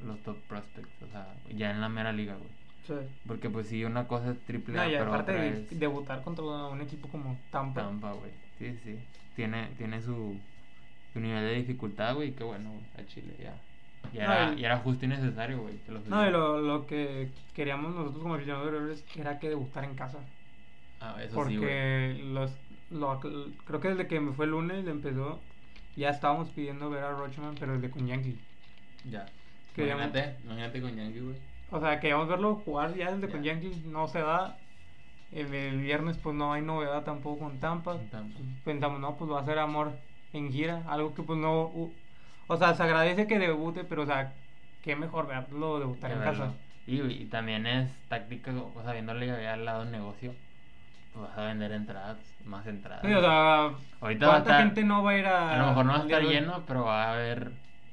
Speaker 2: los top prospects. O sea, ya en la mera liga, güey.
Speaker 1: Sí.
Speaker 2: Porque, pues, sí, una cosa es triple
Speaker 1: No,
Speaker 2: A,
Speaker 1: y
Speaker 2: pero
Speaker 1: aparte
Speaker 2: otra
Speaker 1: de
Speaker 2: es
Speaker 1: debutar contra un equipo como Tampa.
Speaker 2: Tampa, güey. Sí, sí. Tiene, tiene su, su nivel de dificultad, güey. Que bueno, güey, a Chile, ya. Ya
Speaker 1: No,
Speaker 2: era,
Speaker 1: y-
Speaker 2: ya era justo y necesario, güey. que los
Speaker 1: No, y
Speaker 2: subieran.
Speaker 1: lo, lo que queríamos nosotros como aficionados de Rebels era que debutar en casa.
Speaker 2: Ah, eso sí, güey.
Speaker 1: porque los, lo- creo que desde que me fue el lunes empezó, ya estábamos pidiendo ver a Rochman, pero desde con Yankee.
Speaker 2: Ya.
Speaker 1: que ya-
Speaker 2: Imagínate, imagínate con Yankee, güey.
Speaker 1: O sea, queríamos verlo jugar ya desde con
Speaker 2: Ya.
Speaker 1: Yankees, no se da. El, el viernes, pues no hay novedad tampoco con Tampa.
Speaker 2: Con Tampa.
Speaker 1: Pues, pensamos, no, pues va a ser amor en gira, algo que pues no. u- o sea, se agradece que debute, pero o sea, qué mejor verlo debutar
Speaker 2: De
Speaker 1: en
Speaker 2: verlo.
Speaker 1: casa.
Speaker 2: Y, y también es táctica, o sea, viéndole ya al lado del negocio, pues vas a vender entradas, más entradas.
Speaker 1: Sí, o sea,
Speaker 2: Ahorita va a
Speaker 1: ¿cuánta
Speaker 2: estar-
Speaker 1: gente no va a ir a.
Speaker 2: a lo mejor no va a
Speaker 1: al día
Speaker 2: estar
Speaker 1: de hoy?
Speaker 2: lleno, pero va a haber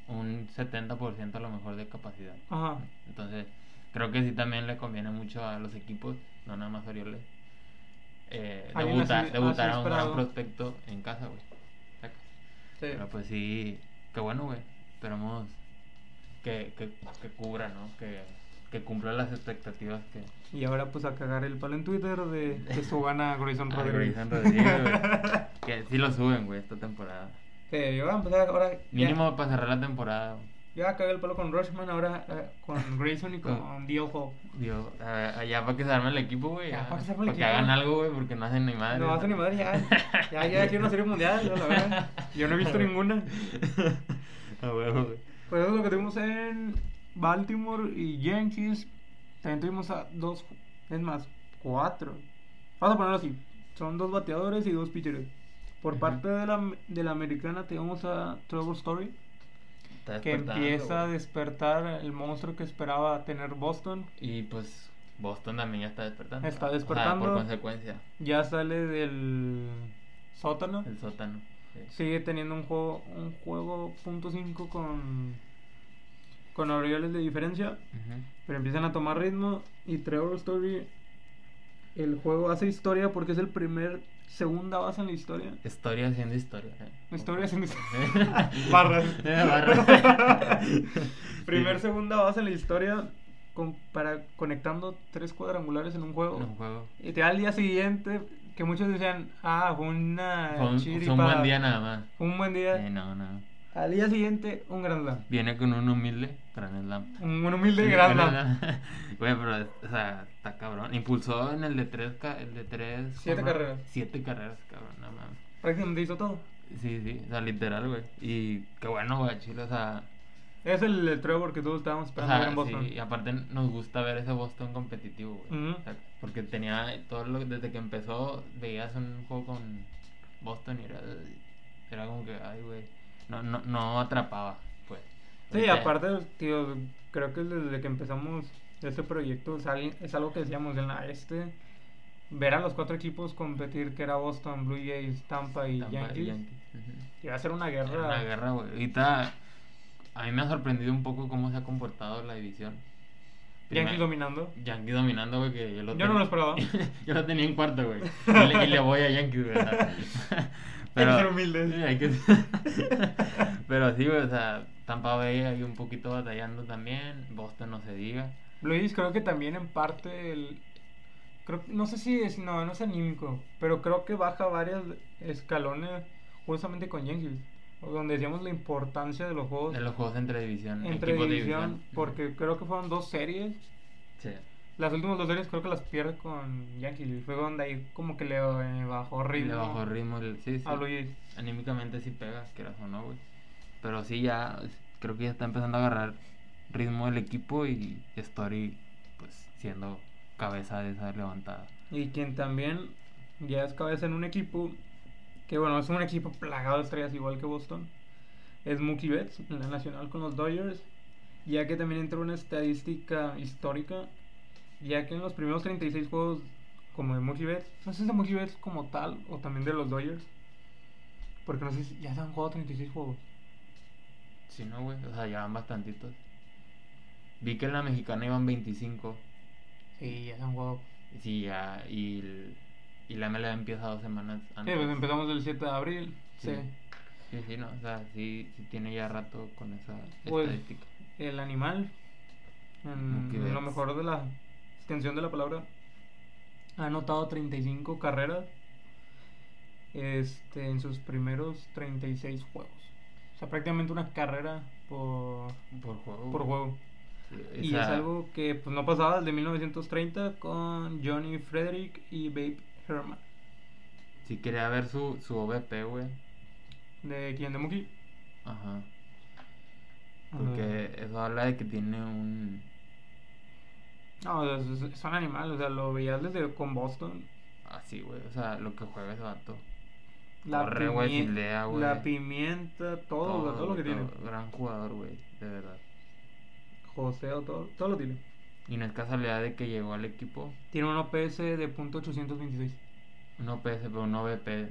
Speaker 2: un 70% a lo mejor de capacidad.
Speaker 1: Ajá.
Speaker 2: Entonces, creo que sí también le conviene mucho a los equipos, no nada más Orioles, eh,
Speaker 1: Alguien
Speaker 2: debutar,
Speaker 1: así-
Speaker 2: debutar
Speaker 1: así
Speaker 2: a un gran
Speaker 1: esperado.
Speaker 2: prospecto en casa, güey. Sacas.
Speaker 1: Sí.
Speaker 2: Pero pues sí, qué bueno, güey. Esperamos que, que, que cubra, ¿no? Que, que cumpla las expectativas que...
Speaker 1: Y ahora, pues a cagar el palo en Twitter de que su gana Grayson
Speaker 2: Ah,
Speaker 1: Rodríguez.
Speaker 2: Grayson Rodríguez, güey. que sí lo suben, güey, esta temporada.
Speaker 1: Sí, yo voy a empezar ahora. ya-
Speaker 2: Mínimo para cerrar la temporada.
Speaker 1: Ya cagué el palo con Rushman, ahora eh, con Grayson y
Speaker 2: Con-
Speaker 1: con Diojo.
Speaker 2: Digo, a- allá para que se arme el equipo, güey.
Speaker 1: Ya,
Speaker 2: ya.
Speaker 1: para que se arme el
Speaker 2: para que
Speaker 1: equipo.
Speaker 2: hagan algo, güey, porque Ah, no hacen ni madre.
Speaker 1: No, hace ni madre ya. Ya, ya quiero una serie mundial, la verdad. Yo no he visto ninguna.
Speaker 2: A huevo, güey.
Speaker 1: Pues eso es lo que tuvimos en Baltimore y Yankees. También tuvimos a dos, es más, cuatro. Vamos a ponerlo así. Son dos bateadores y dos pitchers. Por
Speaker 2: Ujú.
Speaker 1: parte de la, de la americana tenemos a Trevor Story,
Speaker 2: Está
Speaker 1: que
Speaker 2: despertando,
Speaker 1: empieza a
Speaker 2: güey.
Speaker 1: despertar el monstruo que esperaba tener Boston.
Speaker 2: Y pues Boston también ya está despertando.
Speaker 1: Está
Speaker 2: O sea,
Speaker 1: despertando.
Speaker 2: por consecuencia,
Speaker 1: Ya sale del sótano.
Speaker 2: el sótano. sí.
Speaker 1: Sigue teniendo un juego, un juego punto .5 con, con Orioles de diferencia,
Speaker 2: Ujú.
Speaker 1: pero empiezan a tomar ritmo y Trevor Story, el juego hace historia porque es el primer segunda base en la historia.
Speaker 2: Historia haciendo historia. ¿eh?
Speaker 1: Historia haciendo
Speaker 2: historia.
Speaker 1: Barras.
Speaker 2: Eh, Barras.
Speaker 1: primer
Speaker 2: Sí.
Speaker 1: segunda base en la historia con- para conectando tres cuadrangulares en un juego.
Speaker 2: Un juego.
Speaker 1: Y te da al día siguiente que muchos decían, ah, fue una
Speaker 2: Fue un, fue un
Speaker 1: chiripa,
Speaker 2: buen día nada más.
Speaker 1: fue un buen día.
Speaker 2: Eh, no, no.
Speaker 1: Al día siguiente, un gran slam.
Speaker 2: Viene con un humilde Gran Slam.
Speaker 1: Un, un humilde
Speaker 2: Sí,
Speaker 1: gran
Speaker 2: Grand
Speaker 1: slam.
Speaker 2: Slam. Güey, pero, o sea, está cabrón. Impulsó en el de tres. ca- El de tres
Speaker 1: Siete
Speaker 2: home run.
Speaker 1: carreras.
Speaker 2: Siete carreras, cabrón, no mames.
Speaker 1: Prácticamente hizo todo.
Speaker 2: Sí, sí, o sea, literal, güey. Y qué bueno, güey, Chile, o sea.
Speaker 1: Es el, el Trevor que todos estábamos
Speaker 2: O
Speaker 1: esperando
Speaker 2: sea,
Speaker 1: ver en Boston.
Speaker 2: sí, y aparte nos gusta ver ese Boston competitivo, güey.
Speaker 1: Ujú.
Speaker 2: O sea, porque tenía todo lo desde que empezó veías un juego con Boston y era, era como que ay, güey, no no no atrapaba, pues.
Speaker 1: Sí,
Speaker 2: Ahorita-
Speaker 1: aparte, tío, creo que desde que empezamos este proyecto es, al- es algo que decíamos en la este. Ver a los cuatro equipos competir, que era Boston, Blue Jays, Tampa y
Speaker 2: Tampa y
Speaker 1: Yankees,
Speaker 2: Yankees, ujú.
Speaker 1: iba a ser una guerra.
Speaker 2: Era una guerra, güey. Ahorita a mí me ha sorprendido un poco cómo se ha comportado la división.
Speaker 1: Yankees dominando.
Speaker 2: Yankees dominando, güey, que yo lo
Speaker 1: Yo no me lo esperaba.
Speaker 2: yo lo tenía en cuarto, güey. Y, le- y le voy a Yankees, güey. o sea.
Speaker 1: Hay que ser humildes.
Speaker 2: Sí, hay que- Pero sí, güey, o sea, Tampa Bay ahí un poquito batallando también. Boston no se diga.
Speaker 1: Luis, creo que también en parte el. Creo, no sé si es. No, no es anímico. Pero creo que baja varios escalones justamente con Yankees. o Donde decíamos la importancia de los juegos
Speaker 2: De los juegos entre división.
Speaker 1: entre
Speaker 2: equipos de
Speaker 1: división. Porque creo que fueron dos series.
Speaker 2: Sí.
Speaker 1: Las últimas dos series creo que las pierde con Yankees. Y fue donde ahí como que le eh, bajó ritmo.
Speaker 2: Le bajó ritmo. el- Sí, sí.
Speaker 1: A Luis.
Speaker 2: Anímicamente sí pega, quieras o no, güey. Pero sí, ya es- creo que ya está empezando a agarrar ritmo el equipo y Story, pues, siendo cabeza de esa levantada.
Speaker 1: Y quien también ya es cabeza en un equipo, que bueno, es un equipo plagado de estrellas igual que Boston, es Mookie Betts en la nacional con los Dodgers, ya que también entra una estadística histórica, ya que en los primeros 36 juegos como de Mookie Betts, no sé si de Mookie Betts como tal o también de los Dodgers, porque no sé si ya se han jugado 36 juegos.
Speaker 2: Sí, no, güey. O sea, ya van bastantitos. Vi que en la mexicana iban 25.
Speaker 1: Sí, ya se han jugado.
Speaker 2: Sí, ya. Y, el- y la MLB empieza dos semanas
Speaker 1: Sí,
Speaker 2: antes.
Speaker 1: pues empezamos el 7 de abril.
Speaker 2: Sí.
Speaker 1: sí.
Speaker 2: Sí, sí, no. O sea, sí, sí tiene ya rato con esa
Speaker 1: Pues,
Speaker 2: estadística.
Speaker 1: el animal en
Speaker 2: Mookie
Speaker 1: lo
Speaker 2: Betts.
Speaker 1: mejor de la extensión de la palabra ha anotado 35 carreras este en sus primeros 36 juegos o sea prácticamente una carrera por,
Speaker 2: Por juego.
Speaker 1: por
Speaker 2: güey.
Speaker 1: juego
Speaker 2: Sí,
Speaker 1: y es
Speaker 2: Oh, esa-
Speaker 1: algo que pues, no pasaba desde 1930 con Johnny Frederick y Babe Herman
Speaker 2: Sí, quería ver su, su OVP, güey.
Speaker 1: de quien de Mookie
Speaker 2: Ajá. Porque eso habla de que tiene un.
Speaker 1: no o sea, es, es un animal o sea lo veías desde con Boston
Speaker 2: Así, güey. O sea, lo que juega ese vato.
Speaker 1: La,
Speaker 2: Corre, güey,
Speaker 1: pimien-
Speaker 2: fildea, güey.
Speaker 1: la pimienta, todo, todo, todo lo que
Speaker 2: güey,
Speaker 1: tiene.
Speaker 2: todo. Gran jugador, güey. De verdad.
Speaker 1: José, todo, todo lo tiene.
Speaker 2: Y no es casualidad de que llegó al equipo.
Speaker 1: Tiene un OPS de .826.
Speaker 2: Un OPS, pero un OVP de,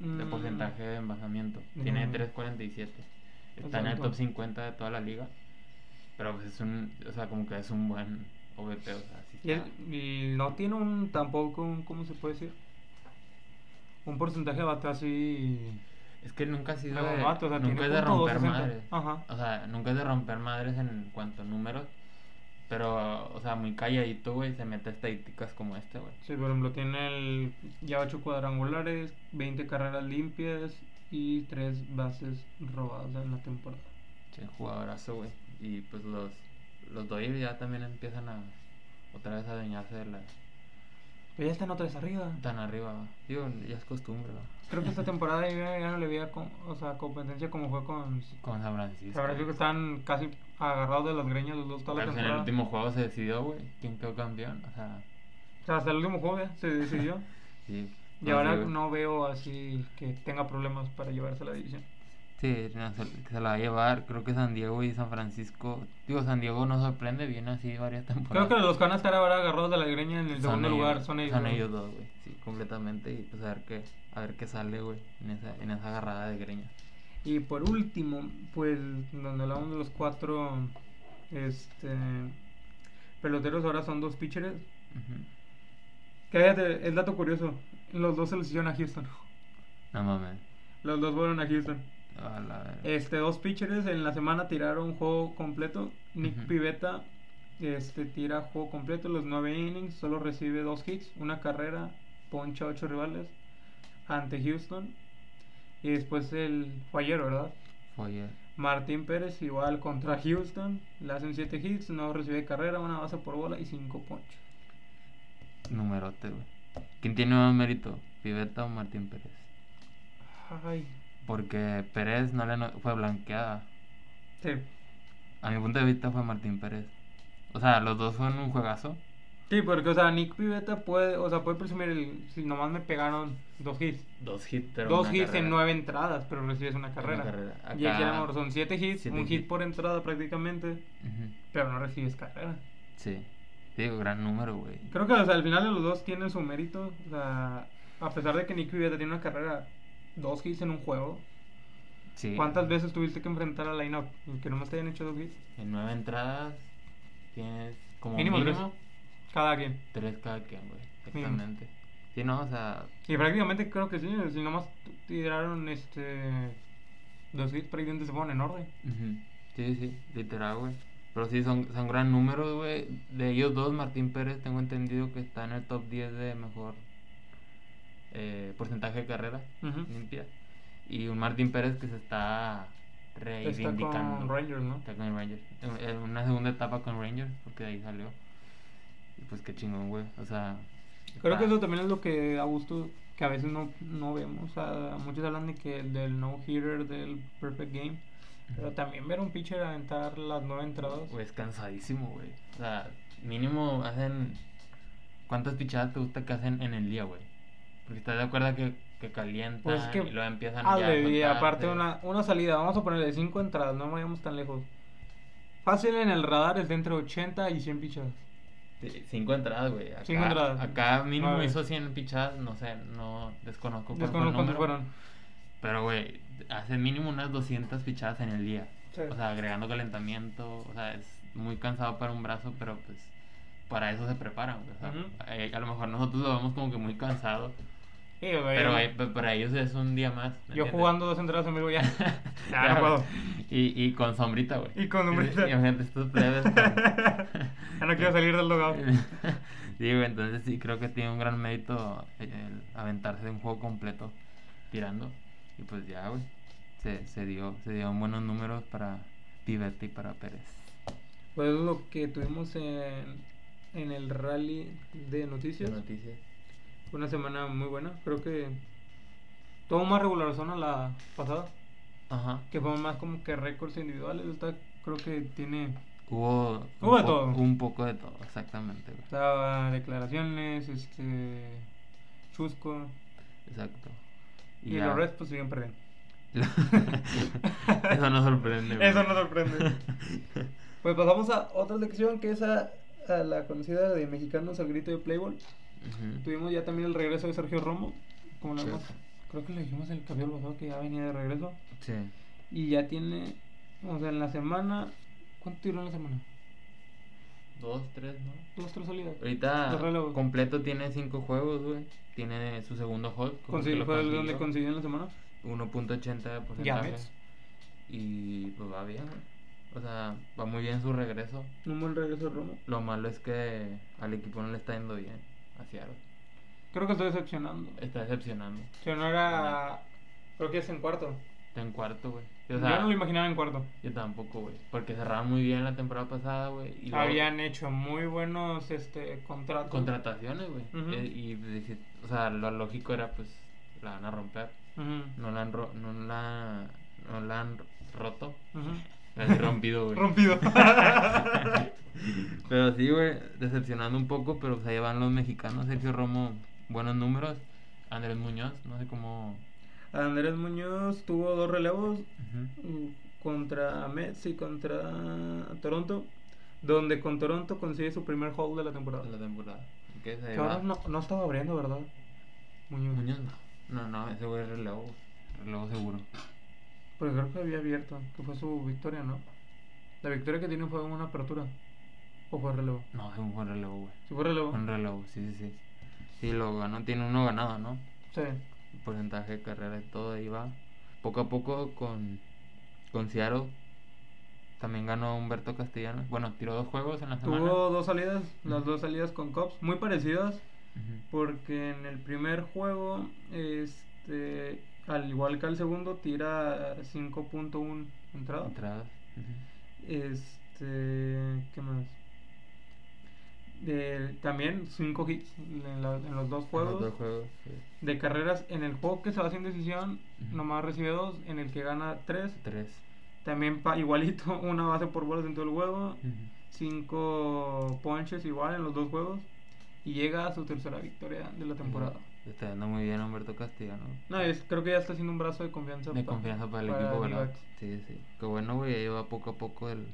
Speaker 2: de
Speaker 1: Mm.
Speaker 2: porcentaje de envasamiento.
Speaker 1: No,
Speaker 2: Tiene
Speaker 1: no.
Speaker 2: 3.47.
Speaker 1: O
Speaker 2: Está
Speaker 1: sea,
Speaker 2: en el
Speaker 1: no.
Speaker 2: top 50 de toda la liga. Pero pues es un. O sea, como que es un buen OVP. O sea, sí
Speaker 1: Y,
Speaker 2: está-
Speaker 1: él- y no tiene un, tampoco un, ¿cómo se puede decir? Un porcentaje de bateo así...
Speaker 2: Es que nunca ha sido de,
Speaker 1: Removato, o sea,
Speaker 2: nunca
Speaker 1: tiene
Speaker 2: es de
Speaker 1: punto Ah.
Speaker 2: romper
Speaker 1: 260.
Speaker 2: madres.
Speaker 1: Ajá.
Speaker 2: O sea, nunca es de romper madres en cuanto a números. Pero, o sea, muy calladito, güey, se mete estadísticas como este, güey.
Speaker 1: Sí, por ejemplo, tiene el, ya 8 cuadrangulares, 20 carreras limpias y 3 bases robadas en la temporada.
Speaker 2: Che, jugadorazo, güey. Y pues los, los Dodgers ya también empiezan a otra vez a adueñarse de la...
Speaker 1: Pero ya están otra vez arriba.
Speaker 2: Tan arriba, güey. Digo, ya es costumbre, güey.
Speaker 1: Creo que esta temporada ya, ya no le veía com- o sea, competencia como fue con...
Speaker 2: Con San Francisco.
Speaker 1: La verdad es que están casi agarrados de las greñas los dos toda la
Speaker 2: Pero si en el
Speaker 1: temporada.
Speaker 2: último juego se decidió, güey, quién quedó campeón. O sea,
Speaker 1: O sea, hasta el último juego ya se decidió.
Speaker 2: sí.
Speaker 1: y ahora
Speaker 2: sí, güey.
Speaker 1: no veo así que tenga problemas para llevarse la división.
Speaker 2: Sí, no, se, que se la va a llevar. Creo que San Diego y San Francisco. Digo, San Diego no sorprende, viene así varias temporadas.
Speaker 1: Creo que los que van a estar ahora agarrados de la greña en
Speaker 2: Son
Speaker 1: el segundo
Speaker 2: ellos-
Speaker 1: lugar son ellos. ¿no?
Speaker 2: dos, güey. Sí, completamente. Y pues a ver qué, a ver qué sale, güey, en esa, en esa agarrada de greña.
Speaker 1: Y por último, pues donde hablamos de los cuatro este peloteros ahora son dos pitchers.
Speaker 2: Ujú.
Speaker 1: Cállate, el dato curioso, los dos se los hicieron a Houston.
Speaker 2: No mames.
Speaker 1: Los dos fueron a Houston.
Speaker 2: A la verga.
Speaker 1: Este, dos pitchers en la semana tiraron juego completo. Nick
Speaker 2: Ujú.
Speaker 1: Pivetta este, tira juego completo, los nueve innings, solo recibe dos hits, una carrera, poncha a ocho rivales ante Houston. Y después el fallero, ¿verdad?
Speaker 2: Oye,
Speaker 1: Martín Pérez igual contra Houston, le hacen siete hits, no recibe carrera, una base por bola y cinco ponchos.
Speaker 2: numerote, güey. ¿Quién tiene más mérito? ¿Piveta o Martín Pérez?
Speaker 1: Ay,
Speaker 2: Porque Pérez no le no- fue blanqueada.
Speaker 1: sí.
Speaker 2: A mi punto de vista fue Martín Pérez. O sea, los dos fueron un juegazo.
Speaker 1: Sí, porque, o sea, Nick Pivetta puede, o sea, puede presumir, el, si nomás me pegaron dos hits.
Speaker 2: Dos hits,
Speaker 1: Dos hits en nueve entradas, pero recibes una carrera.
Speaker 2: carrera.
Speaker 1: Y aquí
Speaker 2: Acá-
Speaker 1: a lo mejor son siete hits,
Speaker 2: siete
Speaker 1: un hit
Speaker 2: hits.
Speaker 1: por entrada prácticamente, pero no recibes carrera.
Speaker 2: Sí. Digo, gran número, güey.
Speaker 1: Creo que o sea, al final los dos tienen su mérito. O sea, a pesar de que Nick Pivetta tiene una carrera, dos hits en un juego.
Speaker 2: Sí.
Speaker 1: ¿Cuántas veces Pues tuviste que enfrentar al line-up y que nomás te hayan hecho dos hits?
Speaker 2: En nueve entradas tienes como
Speaker 1: mínimo,
Speaker 2: mínimo,
Speaker 1: tres cada quien.
Speaker 2: tres cada quien, güey.
Speaker 1: Mínimo.
Speaker 2: Exactamente. Sí, no, o sea,
Speaker 1: Y prácticamente creo que sí, si nomás tiraron este. Los hits prácticamente se fueron en orden.
Speaker 2: ujú. sí, sí, literal, güey. Pero sí, son, son gran número, güey. De ellos dos, Martín Pérez, tengo entendido que está en el top 10 de mejor eh, porcentaje de carrera
Speaker 1: Ujú.
Speaker 2: limpia. Y un Martín Pérez que se está
Speaker 1: Está
Speaker 2: reivindicando.
Speaker 1: con Rangers, ¿no?
Speaker 2: Está con Rangers. En- en Una segunda etapa con Rangers, porque de ahí salió. Y pues qué chingón, güey. O sea.
Speaker 1: Creo
Speaker 2: está-
Speaker 1: que eso también es lo que a gusto que a veces no, no vemos. O sea, muchos hablan de que del no hitter del perfect game. Pero también ver a un pitcher aventar las nueve entradas.
Speaker 2: Güey, es cansadísimo, güey. O sea, mínimo hacen. ¿Cuántas pichadas te gusta que hacen en el día, güey? Porque estás de acuerdo que, que calientan
Speaker 1: Pues es que.
Speaker 2: y luego empiezan
Speaker 1: Ah,
Speaker 2: ya a
Speaker 1: güey, y
Speaker 2: soltarse.
Speaker 1: aparte una, una salida. Vamos a ponerle cinco entradas, no vayamos tan lejos. Fácil en el radar es de entre 80 y 100 pichadas.
Speaker 2: Sí, Cinco entradas, güey. Acá,
Speaker 1: Cinco entradas.
Speaker 2: Acá mínimo
Speaker 1: Nueve.
Speaker 2: hizo 100 pichadas, no sé, no desconozco cuál fue el
Speaker 1: Desconozco cuántos
Speaker 2: número.
Speaker 1: fueron.
Speaker 2: Pero, güey, hace mínimo unas 200 pichadas en el día.
Speaker 1: Sí.
Speaker 2: O sea, agregando calentamiento. O sea, es muy cansado para un brazo, pero pues para eso se preparan. güey. O sea,
Speaker 1: Ujú.
Speaker 2: eh, a lo mejor nosotros lo vemos como que muy cansado,
Speaker 1: Sí, güey,
Speaker 2: pero eh, pe- para ellos es un día más. ¿me
Speaker 1: Yo
Speaker 2: entiendes?
Speaker 1: jugando dos entradas en vivo ya. Ya,
Speaker 2: Claro.
Speaker 1: no puedo.
Speaker 2: Y, y con sombrita, güey.
Speaker 1: Y con sombrita.
Speaker 2: Y, gente, estos plebes. con-
Speaker 1: Ya no quiero salir del logout.
Speaker 2: sí, güey, entonces sí, creo que tiene un gran mérito el el aventarse de un juego completo tirando. Y pues ya, güey. Se, se dio, se dieron buenos números para Pivetti y para Pérez.
Speaker 1: Pues es lo que tuvimos en, en el rally de noticias.
Speaker 2: noticias.
Speaker 1: Fue una semana muy buena. Creo que todo más regular zona la pasada.
Speaker 2: Ajá.
Speaker 1: Que fueron más como que récords individuales. Esta creo que tiene
Speaker 2: Hubo, un
Speaker 1: Hubo de
Speaker 2: po-
Speaker 1: todo.
Speaker 2: Un poco de todo, exactamente, güey.
Speaker 1: estaba declaraciones, este chusco.
Speaker 2: Exacto.
Speaker 1: Y,
Speaker 2: ya.
Speaker 1: los Reds pues siguen perdiendo.
Speaker 2: Eso no sorprende. güey.
Speaker 1: Eso no sorprende. Pues pasamos a otra lección que es a, a la conocida de Mexicanos al grito de Playboy.
Speaker 2: Ujú.
Speaker 1: Tuvimos ya también el regreso de Sergio Romo. Como lo
Speaker 2: Sí.
Speaker 1: hemos- creo que lo dijimos en el capítulo pasado que ya venía de regreso.
Speaker 2: Sí.
Speaker 1: Y ya tiene, o sea, en la semana, ¿cuánto tiró en la semana?
Speaker 2: Dos, tres, ¿no?
Speaker 1: Dos, tres salidas.
Speaker 2: Ahorita
Speaker 1: Los relevos.
Speaker 2: completo tiene cinco juegos, güey. Tiene su segundo hot. creo que
Speaker 1: Consi-
Speaker 2: lo
Speaker 1: fue el
Speaker 2: consiguió.
Speaker 1: donde consiguió en la semana.
Speaker 2: 1.80 de porcentaje.
Speaker 1: Ya, Mets.
Speaker 2: Y pues va bien, güey. O sea, va muy bien su regreso.
Speaker 1: Un buen regreso de Romo.
Speaker 2: Lo malo es que al equipo no le está yendo bien. A Seattle.
Speaker 1: Creo que estoy decepcionando.
Speaker 2: Está decepcionando.
Speaker 1: Si no era, creo que es en cuarto.
Speaker 2: Está en cuarto, güey. O sea,
Speaker 1: Yo no lo imaginaba en cuarto.
Speaker 2: yo tampoco, güey. Porque cerraron muy bien la temporada pasada, güey. y luego-
Speaker 1: Habían hecho muy buenos este contratos.
Speaker 2: contrataciones, güey.
Speaker 1: Ujú.
Speaker 2: Eh, y pues, dije, o sea, lo lógico era pues la van a romper.
Speaker 1: Ujú,
Speaker 2: No la han ro- no la no la han roto.
Speaker 1: ujú.
Speaker 2: La han rompido, güey.
Speaker 1: Rompido.
Speaker 2: pero sí, güey, decepcionando un poco, pero pues ahí van los mexicanos, Sergio Romo, buenos números. Andrés Muñoz, no sé cómo.
Speaker 1: Andrés Muñoz tuvo dos relevos
Speaker 2: Ujú.
Speaker 1: mm, contra Mets y contra Toronto, donde con Toronto consigue su primer hold de la temporada.
Speaker 2: De la temporada. Ok, se
Speaker 1: Que ahora
Speaker 2: va.
Speaker 1: no, no estaba abriendo, ¿verdad? Muñoz.
Speaker 2: Muñoz no. No, no, ese güey es relevo. güey. Relevo seguro.
Speaker 1: Porque creo que había abierto, que fue su victoria, ¿no? La victoria que tiene fue una apertura. ¿O fue relevo?
Speaker 2: No, es un buen relevo, güey.
Speaker 1: Si fue relevo.
Speaker 2: Un relevo, sí, sí, sí. Sí, lo ganó, tiene uno ganado, ¿no?
Speaker 1: Sí.
Speaker 2: porcentaje de carrera y todo ahí va. Poco a poco con, con Seattle también ganó Humberto Castellanos. Bueno, tiró dos juegos en la semana.
Speaker 1: Tuvo dos salidas, las
Speaker 2: Ujú.
Speaker 1: dos salidas con Cops, muy parecidas,
Speaker 2: Ujú.
Speaker 1: porque en el primer juego, este, al igual que al segundo, tira 5.1 entrada.
Speaker 2: Entradas. Ujú.
Speaker 1: Este, ¿qué más? Eh, también 5 hits en, la- en los dos
Speaker 2: Los
Speaker 1: juegos.
Speaker 2: dos juegos. sí.
Speaker 1: De carreras, en el juego que se va sin decisión,
Speaker 2: Ujú.
Speaker 1: nomás recibe dos, en el que gana tres.
Speaker 2: Tres.
Speaker 1: También pa- igualito, una base por bolas en todo el juego,
Speaker 2: Ujú.
Speaker 1: cinco ponches igual en los dos juegos, y llega a su tercera victoria de la temporada.
Speaker 2: Le Está yendo muy bien a Humberto Castellanos.
Speaker 1: No, es, creo que ya está siendo un brazo de confianza.
Speaker 2: De
Speaker 1: pa-
Speaker 2: confianza para el equipo,
Speaker 1: Divac.
Speaker 2: ¿verdad? Sí, sí. Qué bueno, güey. Ahí va poco a poco el,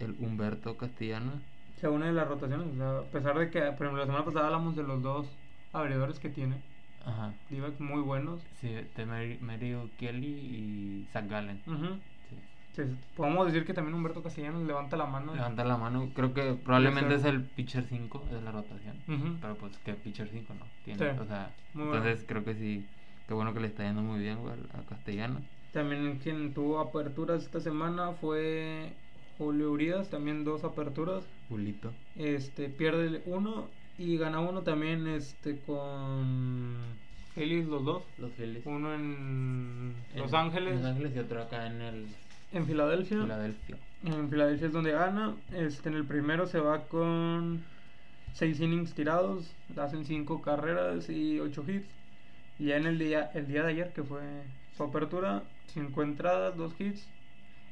Speaker 2: el Humberto Castellanos.
Speaker 1: Se une de las rotaciones, o sea, a pesar de que, por ejemplo, la semana pasada hablamos de los dos abridores que tiene,
Speaker 2: Ajá.
Speaker 1: Divac muy buenos.
Speaker 2: Sí, de Mary, Mary Kelly y Zach Gallen.
Speaker 1: Ujú.
Speaker 2: Sí.
Speaker 1: Se- Podemos decir que también Humberto Castellanos levanta la mano.
Speaker 2: Levanta la mano. Creo que probablemente
Speaker 1: ser.
Speaker 2: es el pitcher 5 de la rotación.
Speaker 1: Ujú.
Speaker 2: Pero pues que pitcher 5 no tiene.
Speaker 1: Sí.
Speaker 2: O sea,
Speaker 1: Muy
Speaker 2: entonces creo que sí. Qué bueno que le está yendo muy bien, güey, a Castellano.
Speaker 1: También quien tuvo aperturas esta semana fue Julio Urias, también dos aperturas.
Speaker 2: Pulito.
Speaker 1: Este, pierde el uno y gana uno también este con Félix los dos.
Speaker 2: Los Phillies.
Speaker 1: Uno en
Speaker 2: En-
Speaker 1: Los Ángeles,
Speaker 2: Los Ángeles y otro acá en el
Speaker 1: en Filadelfia.
Speaker 2: Filadelfia.
Speaker 1: En Filadelfia es donde gana. Este, en el primero se va con 6 innings tirados, hacen 5 carreras y 8 hits. Y ya en el día, el día de ayer, que fue su apertura, 5 entradas, 2 hits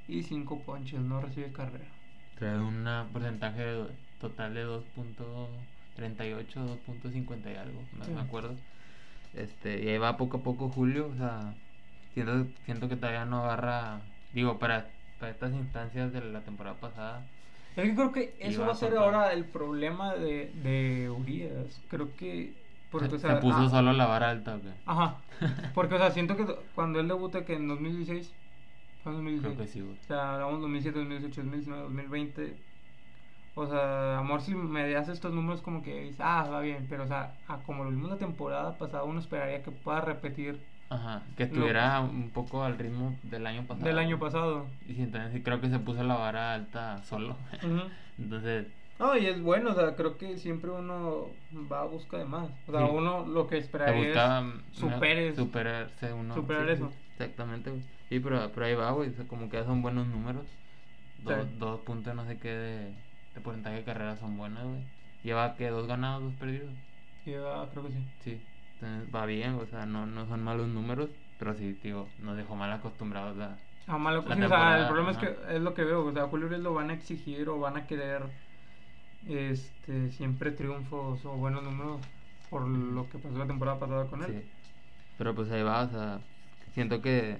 Speaker 1: y 5 ponches, no recibe carrera.
Speaker 2: Trae un porcentaje de- total de 2.38, 2.50 y algo, no
Speaker 1: Sí.
Speaker 2: me acuerdo. Este, y ahí va poco a poco Julio, o sea, siento, siento que todavía no agarra, digo, para, para estas instancias de la temporada pasada,
Speaker 1: Es que creo que
Speaker 2: Y
Speaker 1: eso
Speaker 2: va
Speaker 1: va a ser
Speaker 2: con todo.
Speaker 1: ahora el problema de, de Urias. Creo que. Porque,
Speaker 2: se,
Speaker 1: o sea,
Speaker 2: se puso
Speaker 1: ah,
Speaker 2: solo la vara alta, güey.
Speaker 1: Ajá. Porque, o sea, siento que cuando él debuta, que en 2016. fue en 2016.
Speaker 2: Creo que sí, güey.
Speaker 1: O sea, hablamos 2007, 2018, 2019, 2020. O sea, amor, si me das estos números, como que dices, ah, va bien. Pero, o sea, a como lo vimos la temporada pasada, uno esperaría que pueda repetir
Speaker 2: Ajá, que
Speaker 1: Lo-
Speaker 2: estuviera un poco al ritmo del año pasado.
Speaker 1: del año
Speaker 2: güey.
Speaker 1: pasado.
Speaker 2: Y sí, entonces sí creo que se puso la vara alta solo.
Speaker 1: Ujú.
Speaker 2: Entonces,
Speaker 1: No, y es bueno, o sea, creo que siempre uno va a busca de más. O sea,
Speaker 2: Sí.
Speaker 1: uno lo que
Speaker 2: Te
Speaker 1: esperaría
Speaker 2: buscaba
Speaker 1: es
Speaker 2: mm,
Speaker 1: superes.
Speaker 2: una- superarse uno.
Speaker 1: Superar
Speaker 2: sí,
Speaker 1: eso.
Speaker 2: sí, Exactamente, güey. Sí, pero, pero ahí va, güey. o sea, como que ya son buenos números. Dos,
Speaker 1: Sí.
Speaker 2: dos puntos no sé qué de, de porcentaje de carreras son buenos, güey. Lleva que dos ganados, dos perdidos.
Speaker 1: y, ah, creo que sí.
Speaker 2: Sí. Entonces va bien, o sea, no, no son malos números. Pero sí, digo, nos dejó mal acostumbrados la...
Speaker 1: A malo
Speaker 2: La
Speaker 1: sí, o sea, el
Speaker 2: temporada,
Speaker 1: problema es
Speaker 2: ajá.
Speaker 1: que es lo que veo, o sea, Julio Urias lo van a exigir o van a querer este siempre triunfos o buenos números por lo que pasó la temporada pasada con él.
Speaker 2: Sí. Pero pues ahí va, o sea, siento que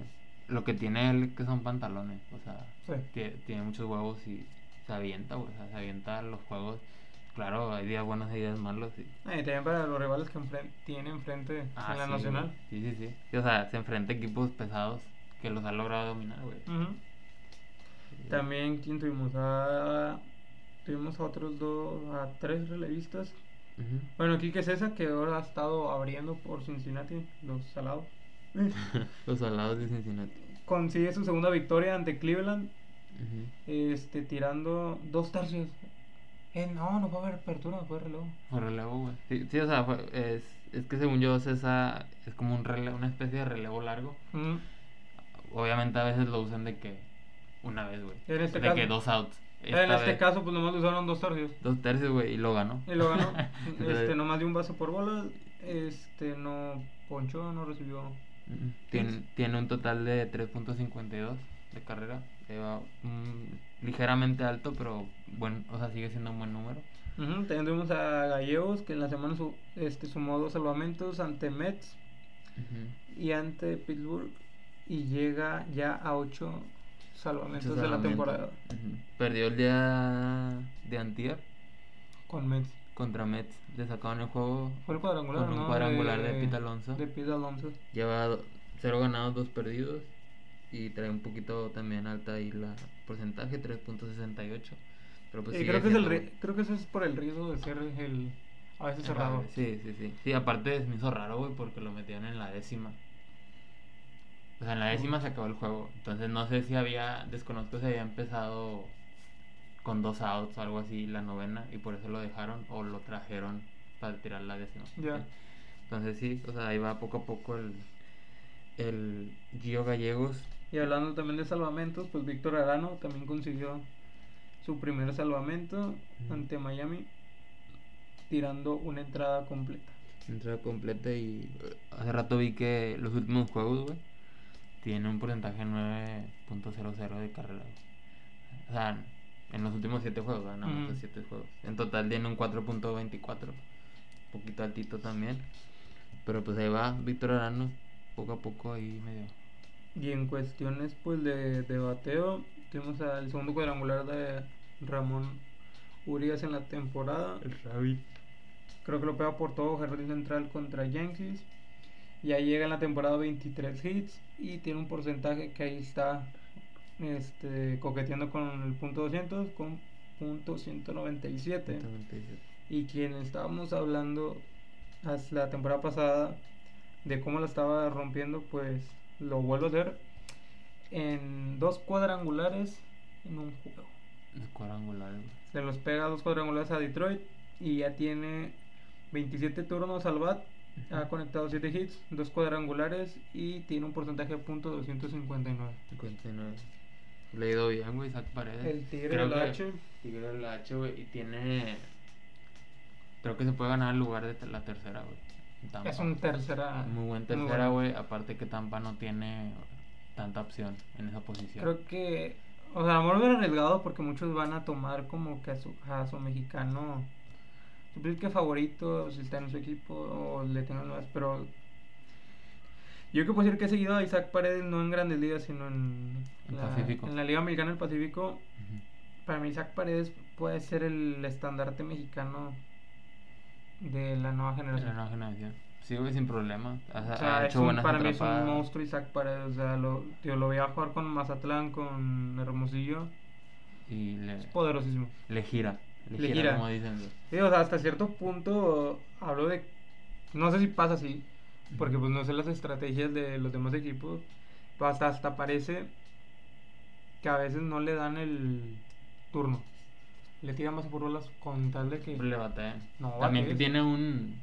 Speaker 2: lo que tiene él que son pantalones, o sea,
Speaker 1: Sí.
Speaker 2: tie- tiene muchos huevos y se avienta, güey, o sea, se avienta los juegos. Claro, hay días buenos y días malos. Y...
Speaker 1: Ah, Y también para los rivales que enfren- tiene enfrente
Speaker 2: Ah,
Speaker 1: en la
Speaker 2: sí,
Speaker 1: nacional.
Speaker 2: güey. Sí, sí, sí, Sí, O sea, se enfrenta a equipos pesados que los ha logrado dominar, güey.
Speaker 1: Ujú.
Speaker 2: Sí.
Speaker 1: También quien tuvimos a tuvimos a otros dos, a tres relevistas.
Speaker 2: Ujú.
Speaker 1: Bueno, Quique César que ahora ha estado abriendo por Cincinnati, los salados.
Speaker 2: los alados de Cincinnati.
Speaker 1: Consigue su segunda victoria ante Cleveland
Speaker 2: Ujú.
Speaker 1: este, tirando dos tercios. Eh, no, no fue apertura, fue reloj.
Speaker 2: Fue relevo, güey. Sí, sí, o sea, fue- es, es que según yo, César es como un relevo, una especie de relevo largo.
Speaker 1: Ujú.
Speaker 2: Obviamente a veces lo usan de que una vez, güey.
Speaker 1: En este
Speaker 2: de que
Speaker 1: caso.
Speaker 2: dos outs.
Speaker 1: En
Speaker 2: Esta
Speaker 1: este
Speaker 2: vez,
Speaker 1: caso, pues nomás le usaron dos tercios.
Speaker 2: Dos tercios, güey, y lo ganó.
Speaker 1: Y lo ganó.
Speaker 2: Entonces,
Speaker 1: este, nomás dio un vaso por bola. Este, no ponchó, no recibió.
Speaker 2: mm, Tiene, tiene un total de 3.52 de carrera. Eh, va, mm, ligeramente alto, pero bueno, o sea, sigue siendo un buen número.
Speaker 1: Ujú, También tuvimos a Gallegos, que en la semana su- este, sumó dos salvamentos ante Mets y ante Pittsburgh. Y llega ya a ocho salvamentos
Speaker 2: Muchos
Speaker 1: de la
Speaker 2: salvamentos.
Speaker 1: temporada
Speaker 2: Ujú. Perdió el día de antier
Speaker 1: con Mets.
Speaker 2: contra Mets. Le sacaron el juego.
Speaker 1: Fue el cuadrangular,
Speaker 2: Con un
Speaker 1: ¿no?
Speaker 2: cuadrangular de Pete Alonso.
Speaker 1: De Pete Alonso.
Speaker 2: Lleva do- cero ganados, dos perdidos. Y trae un poquito también alta ahí la porcentaje, 3.68. Pero pues
Speaker 1: Eh,
Speaker 2: sigue
Speaker 1: creo, que es el
Speaker 2: siendo
Speaker 1: ri-
Speaker 2: buen-
Speaker 1: creo que eso es por el riesgo de ser el a veces cerrado.
Speaker 2: Sí, sí, sí. Sí, aparte se me hizo raro, güey, porque lo metieron en la décima. O sea, en la décima se acabó el juego. Entonces no sé si había, desconozco si había empezado con dos outs o algo así la novena y por eso lo dejaron o lo trajeron para tirar la décima.
Speaker 1: Ya.
Speaker 2: Entonces sí, o sea, ahí va poco a poco el, el Gio Gallegos.
Speaker 1: Y hablando también de salvamentos, pues Víctor Arano también consiguió su primer salvamento
Speaker 2: Ujú.
Speaker 1: ante Miami, tirando una entrada completa.
Speaker 2: Entrada completa y eh, hace rato vi que los últimos juegos, güey, tiene un porcentaje 9.00 de carrera. güey. O sea, en los últimos 7 juegos, ¿verdad? nada más
Speaker 1: Ujú.
Speaker 2: los 7 juegos. En total tiene un 4.24, un poquito altito también. Pero pues ahí va Víctor Arano, poco a poco ahí medio.
Speaker 1: Y en cuestiones pues de, de bateo, tuvimos al segundo cuadrangular de Ramón Urias en la temporada.
Speaker 2: Rabbit.
Speaker 1: Creo que lo pega por todo Jardín Central contra Yankees. Ya llega en la temporada 23 hits y tiene un porcentaje que ahí está este, coqueteando con el punto 200, con punto 197. Y quien estábamos hablando as- la temporada pasada de cómo la estaba rompiendo, pues lo vuelvo a hacer en dos cuadrangulares en un juego.
Speaker 2: Los cuadrangulares. güey.
Speaker 1: Se los pega dos cuadrangulares a Detroit y ya tiene 27 turnos al bat. Ha
Speaker 2: Ujú.
Speaker 1: conectado 7 hits, dos cuadrangulares y tiene un porcentaje de punto 259.
Speaker 2: 59. Le ha ido bien, güey, Isaac Paredes.
Speaker 1: El Tigre
Speaker 2: Creo
Speaker 1: del
Speaker 2: que-
Speaker 1: H.
Speaker 2: Tigre del H, güey. Y tiene. Creo que se puede ganar el lugar de te- la tercera, güey. en Tampa.
Speaker 1: Es un tercera.
Speaker 2: Muy buen
Speaker 1: muy
Speaker 2: tercera,
Speaker 1: bueno.
Speaker 2: güey. Aparte que Tampa no tiene tanta opción en esa posición.
Speaker 1: Creo que. O sea, a lo mejor hubiera arriesgado porque muchos van a tomar como que a su, a su mexicano. Su pick que favorito, si está en su equipo o le tengan más, pero. Yo creo que puedo decir que he seguido a Isaac Paredes no en grandes ligas, sino en,
Speaker 2: En
Speaker 1: la,
Speaker 2: Pacífico.
Speaker 1: en la Liga Americana del Pacífico.
Speaker 2: Ujú.
Speaker 1: Para mí, Isaac Paredes puede ser el estandarte mexicano de la nueva
Speaker 2: Era
Speaker 1: generación.
Speaker 2: una generación. Sí, güey, sin problema. O sea,
Speaker 1: O sea,
Speaker 2: ha
Speaker 1: es
Speaker 2: hecho
Speaker 1: un-
Speaker 2: buenas
Speaker 1: para mí es un
Speaker 2: atrapadas.
Speaker 1: monstruo Isaac Paredes. O sea, lo, tío, lo voy a jugar con Mazatlán, con Hermosillo.
Speaker 2: Y le,
Speaker 1: Es poderosísimo.
Speaker 2: le gira. Le,
Speaker 1: Le
Speaker 2: gira,
Speaker 1: gira.
Speaker 2: como dicen. güey.
Speaker 1: Sí, o sea, hasta cierto punto hablo de. No sé si pasa así, porque pues no sé las estrategias de los demás equipos. pero hasta, hasta parece que a veces no le dan el turno. Le tiran más por bolas con tal de que.
Speaker 2: Siempre le batea.
Speaker 1: No,
Speaker 2: También que
Speaker 1: batees.
Speaker 2: tiene un.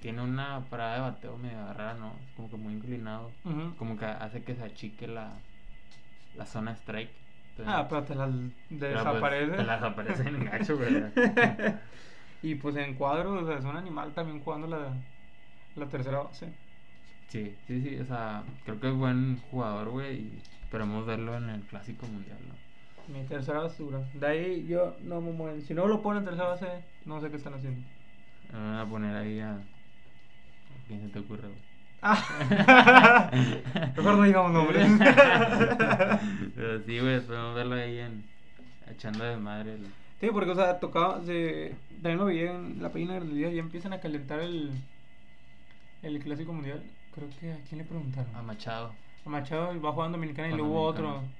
Speaker 2: Tiene una parada de bateo medio rara, ¿no? Es como que muy inclinado.
Speaker 1: Ujú.
Speaker 2: Como que hace que se achique la, la zona strike. Entonces,
Speaker 1: Ah, pero te las
Speaker 2: pero, pues,
Speaker 1: desaparece.
Speaker 2: te la desaparece en gacho, güey.
Speaker 1: y pues en cuadro, o sea, es un animal también jugando la, la tercera base.
Speaker 2: Sí, sí, sí. O sea, creo que es buen jugador, güey. Y esperemos verlo en el clásico mundial, ¿no?
Speaker 1: Mi tercera basura. De ahí yo no me muevo. Si no lo ponen en tercera base, no sé qué están haciendo.
Speaker 2: Me van a poner ahí a. ¿a quién se te ocurre, güey?
Speaker 1: Ah. Mejor no digamos nombres.
Speaker 2: Pero sí, güey, esperemos verlo ahí en. Echando de madre. güey.
Speaker 1: sí, porque, o sea, tocaba. Se, también lo vi en la página del día. Ya empiezan a calentar el, el Clásico Mundial. Creo que a quién le preguntaron.
Speaker 2: A Machado.
Speaker 1: A Machado va jugando Dominicana y
Speaker 2: Con
Speaker 1: luego hubo otro.
Speaker 2: Dominicana.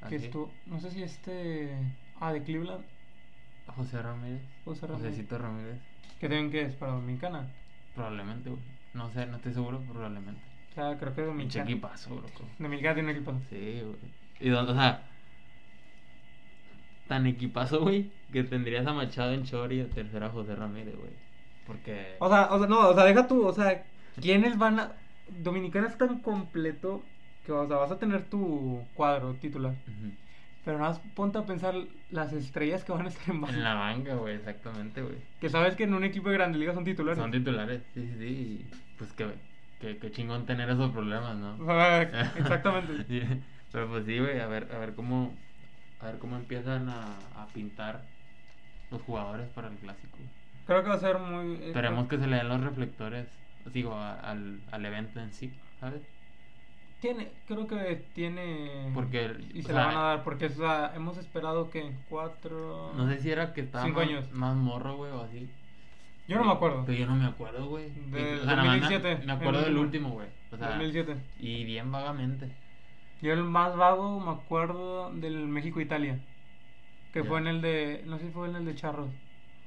Speaker 2: ¿Ah,
Speaker 1: Que
Speaker 2: Aquí.
Speaker 1: estuvo. No sé si este. Ah, de Cleveland.
Speaker 2: José Ramírez.
Speaker 1: José Ramírez.
Speaker 2: Josécito Ramírez.
Speaker 1: Que también que es para Dominicana.
Speaker 2: Probablemente, güey. No sé, no estoy seguro, probablemente.
Speaker 1: O sea, creo que
Speaker 2: Pinche
Speaker 1: Dominicana.
Speaker 2: equipazo, loco.
Speaker 1: Dominicana tiene un equipazo.
Speaker 2: Sí, güey. Y dónde, o sea, tan equipazo, güey, que tendrías a Machado en Chori y a tercera a José Ramírez, güey. Porque.
Speaker 1: O sea, o sea, no, o sea, deja tú, o sea, ¿quiénes van a...? Dominicana es tan completo que, o sea, vas a tener tu cuadro titular.
Speaker 2: Ujú.
Speaker 1: Pero nada más ponte a pensar las estrellas que van a estar en base.
Speaker 2: En la banca, güey, exactamente, güey.
Speaker 1: Que sabes que en un equipo de Grandes Ligas son titulares.
Speaker 2: Son titulares, sí, sí, sí. y, Pues que, que, que chingón tener esos problemas,
Speaker 1: O
Speaker 2: ¿no?
Speaker 1: sea, exactamente.
Speaker 2: Sí, Pero pues sí, güey, a ver, a ver cómo. A ver cómo empiezan a, a pintar los jugadores para el clásico.
Speaker 1: Creo que va a ser muy... eh,
Speaker 2: Esperemos que se le den los reflectores, digo, a- al, al evento en sí, ¿sabes?
Speaker 1: Tiene, creo que tiene...
Speaker 2: Porque el-
Speaker 1: Y
Speaker 2: o
Speaker 1: se la
Speaker 2: sea,
Speaker 1: van a dar, porque, o sea, hemos esperado que cuatro...
Speaker 2: No sé si era que estaba
Speaker 1: Cinco
Speaker 2: más,
Speaker 1: años.
Speaker 2: más morro, güey, o así.
Speaker 1: Yo no me acuerdo.
Speaker 2: Pero yo no me acuerdo, güey.
Speaker 1: Del
Speaker 2: O sea, nada más me-
Speaker 1: 2007,
Speaker 2: Me acuerdo
Speaker 1: el
Speaker 2: del
Speaker 1: último.
Speaker 2: último, güey. O sea,
Speaker 1: 2007.
Speaker 2: y bien vagamente.
Speaker 1: Yo el más vago me acuerdo del México-Italia. Que
Speaker 2: Ya.
Speaker 1: fue en el de. No sé si fue en el de Charros.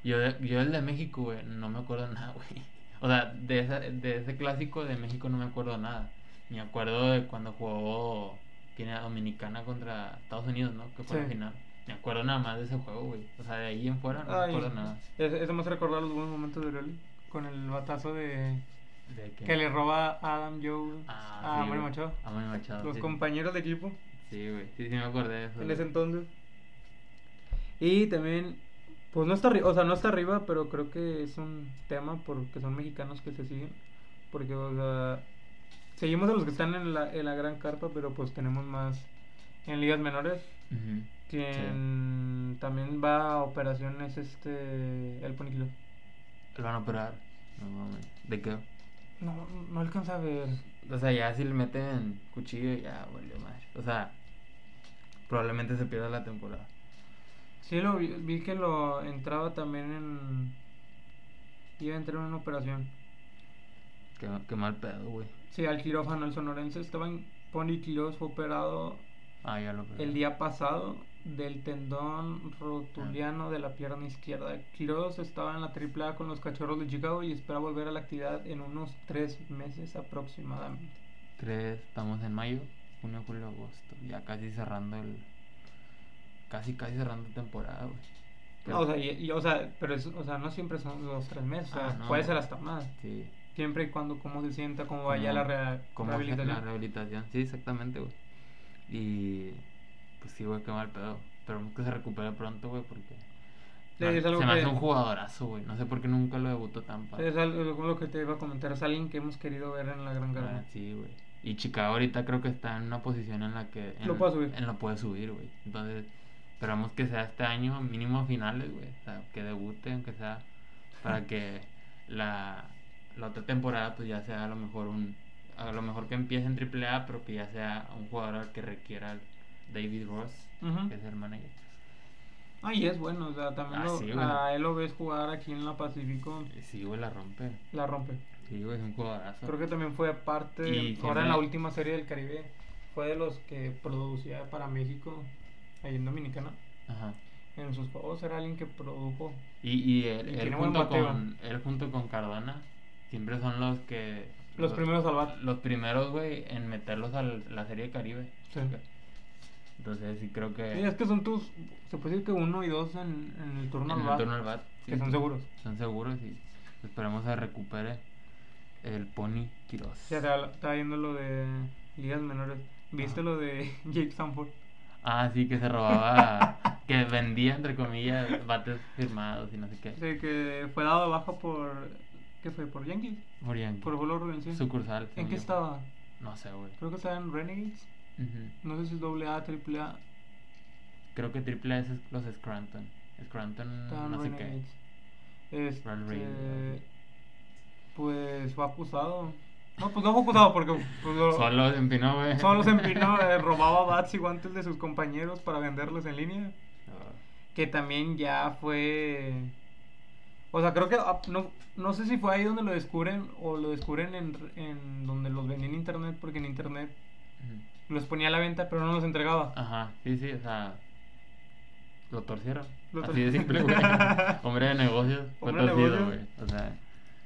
Speaker 2: Yo, de- yo el de México, güey, no me acuerdo nada, güey. O sea, de, esa- de ese clásico de México no me acuerdo nada. Me acuerdo de cuando jugó ¿quién era? Dominicana contra Estados Unidos, ¿no? Que fue la
Speaker 1: Sí.
Speaker 2: final. Me acuerdo nada más de ese juego, güey. O sea, de ahí en fuera no me acuerdo nada.
Speaker 1: es- Eso me hace recordar los buenos momentos de Loli. Con el batazo de.
Speaker 2: De
Speaker 1: Que le roba Adam Joe
Speaker 2: Ah,
Speaker 1: a
Speaker 2: sí,
Speaker 1: Mario
Speaker 2: güey.
Speaker 1: Machado.
Speaker 2: A Mario Machado.
Speaker 1: Los
Speaker 2: sí.
Speaker 1: compañeros de equipo
Speaker 2: Sí, güey. Sí, sí, me acordé de eso.
Speaker 1: en
Speaker 2: güey.
Speaker 1: ese entonces. Y también. Pues no está arriba, o sea, no está arriba, pero creo que es un tema porque son mexicanos que se siguen. Porque, o sea, seguimos a los que están en la, en la gran carpa, pero pues tenemos más en ligas menores.
Speaker 2: Ujú.
Speaker 1: Quien también va a operaciones este el poniquilo.
Speaker 2: Lo van a operar. No mames. ¿De qué?
Speaker 1: No, no alcanza a ver.
Speaker 2: O sea, ya si le meten cuchillo, ya valió madre. O sea, probablemente se pierda la temporada.
Speaker 1: Sí lo vi, vi que lo entraba también en iba a entrar en una operación.
Speaker 2: Qué, qué mal pedo, güey.
Speaker 1: Sí, al quirófano el sonorense Esteban Pony Quiroz fue operado
Speaker 2: Ah, ya lo perdí.
Speaker 1: el día pasado del tendón rotuliano
Speaker 2: Ah.
Speaker 1: de la pierna izquierda. Quiroz estaba en la AAA con los cachorros de Chicago y espera volver a la actividad en unos tres meses aproximadamente.
Speaker 2: Tres, estamos en mayo, junio, julio, agosto. Ya casi cerrando el. Casi, casi cerrando temporada, güey.
Speaker 1: No, o sea, y- y, o sea, pero es- o sea, no siempre son los tres meses, o sea,
Speaker 2: Ah, no.
Speaker 1: puede ser hasta más.
Speaker 2: Sí.
Speaker 1: Siempre y cuando cómo se sienta, cómo vaya
Speaker 2: Como-
Speaker 1: la rea-
Speaker 2: como que
Speaker 1: rehabilitación.
Speaker 2: La rehabilitación, sí, exactamente, güey. Y. Pues sí, güey, qué mal pedo. Esperemos que se recupere pronto, güey, porque.
Speaker 1: Sí,
Speaker 2: me-
Speaker 1: es algo
Speaker 2: se me
Speaker 1: que-
Speaker 2: hace un jugadorazo, güey. No sé por qué nunca lo debutó tan padre.
Speaker 1: Es algo lo que te iba a comentar, es alguien que hemos querido ver en la Gran
Speaker 2: Ah,
Speaker 1: Carrera.
Speaker 2: sí, güey. Y Chicago ahorita creo que está en una posición en la que... En,
Speaker 1: Lo puede subir.
Speaker 2: En lo puede subir, güey. Entonces, esperamos que sea este año, mínimo a finales, güey. O sea, que debute, aunque sea... Para que la, la otra temporada, pues ya sea a lo mejor un... A lo mejor que empiece en AAA, pero que ya sea un jugador al que requiera el David Ross,
Speaker 1: Ujú.
Speaker 2: que es el manager.
Speaker 1: Ah, y es bueno, o sea, también
Speaker 2: Ah,
Speaker 1: lo-
Speaker 2: sí, güey.
Speaker 1: a él lo ves jugar aquí en la Pacífico,
Speaker 2: Y Sí, güey, la rompe.
Speaker 1: la rompe.
Speaker 2: Sí, güey, es un jugadorazo.
Speaker 1: Creo que también fue parte,
Speaker 2: Y
Speaker 1: ahora en
Speaker 2: siempre-
Speaker 1: la última serie del Caribe, fue de los que producía para México, ahí en Dominicana.
Speaker 2: Ajá.
Speaker 1: En sus juegos era alguien que produjo.
Speaker 2: Y, y él,
Speaker 1: Y
Speaker 2: él
Speaker 1: tiene buen
Speaker 2: junto
Speaker 1: bateo.
Speaker 2: con, él junto con Cardona siempre son los que...
Speaker 1: Los primeros al bat.
Speaker 2: Los primeros, güey, en meterlos a la Serie de Caribe.
Speaker 1: Sí.
Speaker 2: Entonces sí creo que...
Speaker 1: Y es que son tus, se puede decir que uno y dos en, en el turno al
Speaker 2: en el
Speaker 1: bat,
Speaker 2: turno al bat, sí,
Speaker 1: que son
Speaker 2: sí.
Speaker 1: seguros.
Speaker 2: Son seguros y esperemos se recupere el Pony Quiroz.
Speaker 1: Ya estaba, estaba viendo lo de ligas menores. ¿Viste
Speaker 2: Ajá.
Speaker 1: lo de Jake Sanford?
Speaker 2: Ah, sí, que se robaba... que vendía, entre comillas, bates firmados y no sé qué.
Speaker 1: Sí, que fue dado de baja por. ¿Qué fue? ¿Por Yankees?
Speaker 2: Por Yankee.
Speaker 1: Por Bolo Organización.
Speaker 2: Sucursal.
Speaker 1: ¿En
Speaker 2: según
Speaker 1: qué
Speaker 2: yo.
Speaker 1: estaba?
Speaker 2: No sé, güey.
Speaker 1: Creo que estaba en Renegades.
Speaker 2: Ujú.
Speaker 1: No sé si es doble A, triple A.
Speaker 2: Mm, Creo que triple A es los Scranton. Scranton,
Speaker 1: Estaba en
Speaker 2: no sé qué.
Speaker 1: Renegades. Este,
Speaker 2: Red Raiders.
Speaker 1: pues fue acusado. No, pues no fue acusado porque. pues, lo-
Speaker 2: Solo se empinó, güey.
Speaker 1: solo se empinó, eh, robaba bats y guantes de sus compañeros para venderlos en línea.
Speaker 2: Ah,
Speaker 1: que también ya fue. O sea, creo que ah, no, no sé si fue ahí donde lo descubren o lo descubren en, en donde los vendía en internet, porque en internet
Speaker 2: ujú.
Speaker 1: los ponía a la venta, pero no los entregaba.
Speaker 2: Ajá, sí, sí, o sea. Lo torcieron.
Speaker 1: Lo
Speaker 2: Así de
Speaker 1: torcieron.
Speaker 2: simple, güey. Hombre de negocios. Fue
Speaker 1: Hombre de
Speaker 2: torcido, güey.
Speaker 1: negocios.
Speaker 2: O sea,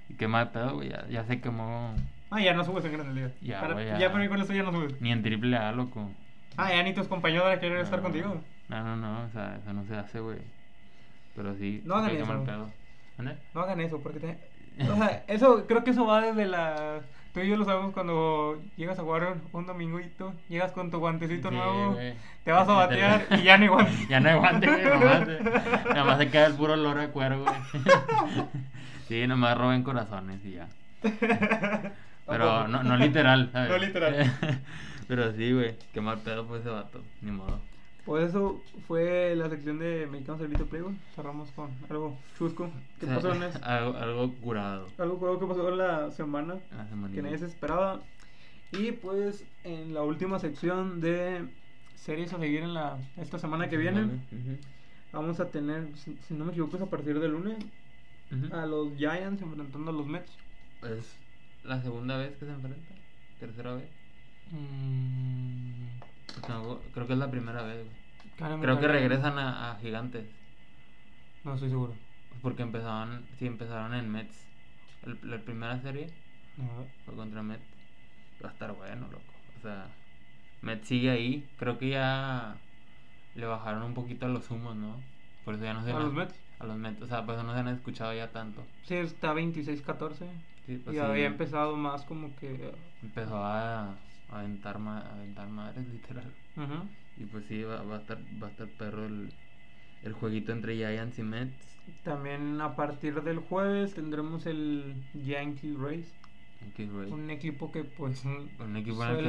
Speaker 2: y qué mal pedo, güey. Ya, ya se quemó.
Speaker 1: Ah, ya no subes en Grandes Ligas.
Speaker 2: Ya,
Speaker 1: para,
Speaker 2: güey,
Speaker 1: ya.
Speaker 2: ya.
Speaker 1: para mí con eso ya no subes.
Speaker 2: Ni en triple A, loco.
Speaker 1: Ah, ya ni tus compañeros quieren estar contigo.
Speaker 2: No, no, no. O sea, eso no se hace, güey. Pero sí.
Speaker 1: No hagan
Speaker 2: qué
Speaker 1: eso.
Speaker 2: mal pedo. ¿Dónde?
Speaker 1: No hagan eso, porque te... O sea, eso, creo que eso va desde la... Tú y yo lo sabemos cuando llegas a jugar un dominguito, llegas con tu guantecito
Speaker 2: Sí,
Speaker 1: nuevo,
Speaker 2: güey.
Speaker 1: te vas a
Speaker 2: Te-
Speaker 1: batear y ya no igual.
Speaker 2: Ya no aguante, güey, nomás. eh, Nada más se queda el puro olor a cuero, güey. Sí, nomás roben corazones y ya. Pero no, no literal, ¿sabes?
Speaker 1: No literal.
Speaker 2: Pero sí, güey. Qué mal pedo fue ese vato. Ni modo.
Speaker 1: Pues eso fue la sección de Mexicanos Elite Playboy. Cerramos con algo chusco. ¿Qué
Speaker 2: O sea,
Speaker 1: pasó, Nes?
Speaker 2: Algo, algo curado.
Speaker 1: Algo, algo que pasó en la semana
Speaker 2: en la semanita.
Speaker 1: que nadie se esperaba. Y pues en la última sección de series a seguir en la esta semana que viene,
Speaker 2: Ujú.
Speaker 1: vamos a tener, si, si no me equivoco, es a partir del lunes,
Speaker 2: Ujú.
Speaker 1: a los Giants enfrentando a los Mets.
Speaker 2: Es la segunda vez que se enfrenta. Tercera vez. Pues
Speaker 1: Mm,
Speaker 2: No, creo que es la primera vez, güey.
Speaker 1: Karen
Speaker 2: Creo que
Speaker 1: Montaño.
Speaker 2: regresan a, a Gigantes.
Speaker 1: No estoy seguro.
Speaker 2: Porque empezaron, sí, empezaron en Mets. El- la primera serie
Speaker 1: No,
Speaker 2: fue contra Mets. Va a estar bueno, loco. O sea, Mets sigue ahí. Creo que ya le bajaron un poquito a los humos, ¿no? Por eso ya no se
Speaker 1: ¿A
Speaker 2: han-
Speaker 1: los Mets?
Speaker 2: A los Mets. O sea, por eso no se han escuchado ya tanto.
Speaker 1: Sí, está 26-14.
Speaker 2: Sí, pues
Speaker 1: y
Speaker 2: sí,
Speaker 1: había empezado más como que.
Speaker 2: Empezó a, a aventar, ma- a aventar madres, literal.
Speaker 1: Ujú.
Speaker 2: Y pues sí, va, va a estar va a estar perro el, el jueguito entre Giants y Mets.
Speaker 1: También a partir del jueves tendremos el Yankee Race,
Speaker 2: Yankees, güey.
Speaker 1: un equipo que pues
Speaker 2: Un equipo en el
Speaker 1: suele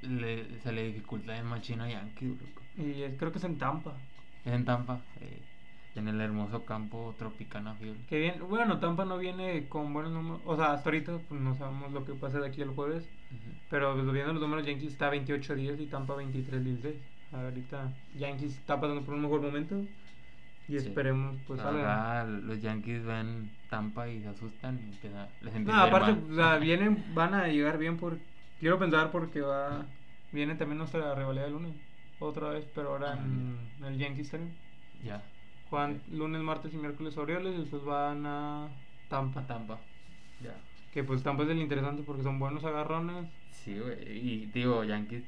Speaker 2: que le- se le dificulta en machino a Yankees, loco.
Speaker 1: y es- creo que es en Tampa.
Speaker 2: Es en Tampa, eh, en el hermoso campo Tropicana Field.
Speaker 1: Que bien, bueno, Tampa no viene con buenos números, o sea, hasta ahorita pues, no sabemos lo que pasa de aquí el jueves,
Speaker 2: Ujú.
Speaker 1: pero pues, viendo los números Yankees está 28-10 y Tampa 23-16. Ahorita Yankees está pasando por un mejor momento y
Speaker 2: Sí.
Speaker 1: esperemos pues
Speaker 2: La
Speaker 1: salga.
Speaker 2: verdad, los Yankees ven Tampa y se asustan y empiezan, les
Speaker 1: No,
Speaker 2: empieza a ir
Speaker 1: aparte, pues,
Speaker 2: mal.
Speaker 1: o sea, vienen, van a llegar bien por. Quiero pensar porque va. Viene también nuestra rivalidad del lunes. otra vez, pero ahora en, el Yankee Stadium.
Speaker 2: Ya.
Speaker 1: Juegan lunes, martes y miércoles Orioles y después van a Tampa.
Speaker 2: A Tampa. Ya.
Speaker 1: Que pues Tampa es el interesante porque son buenos agarrones.
Speaker 2: Sí, güey. Y digo, Yankees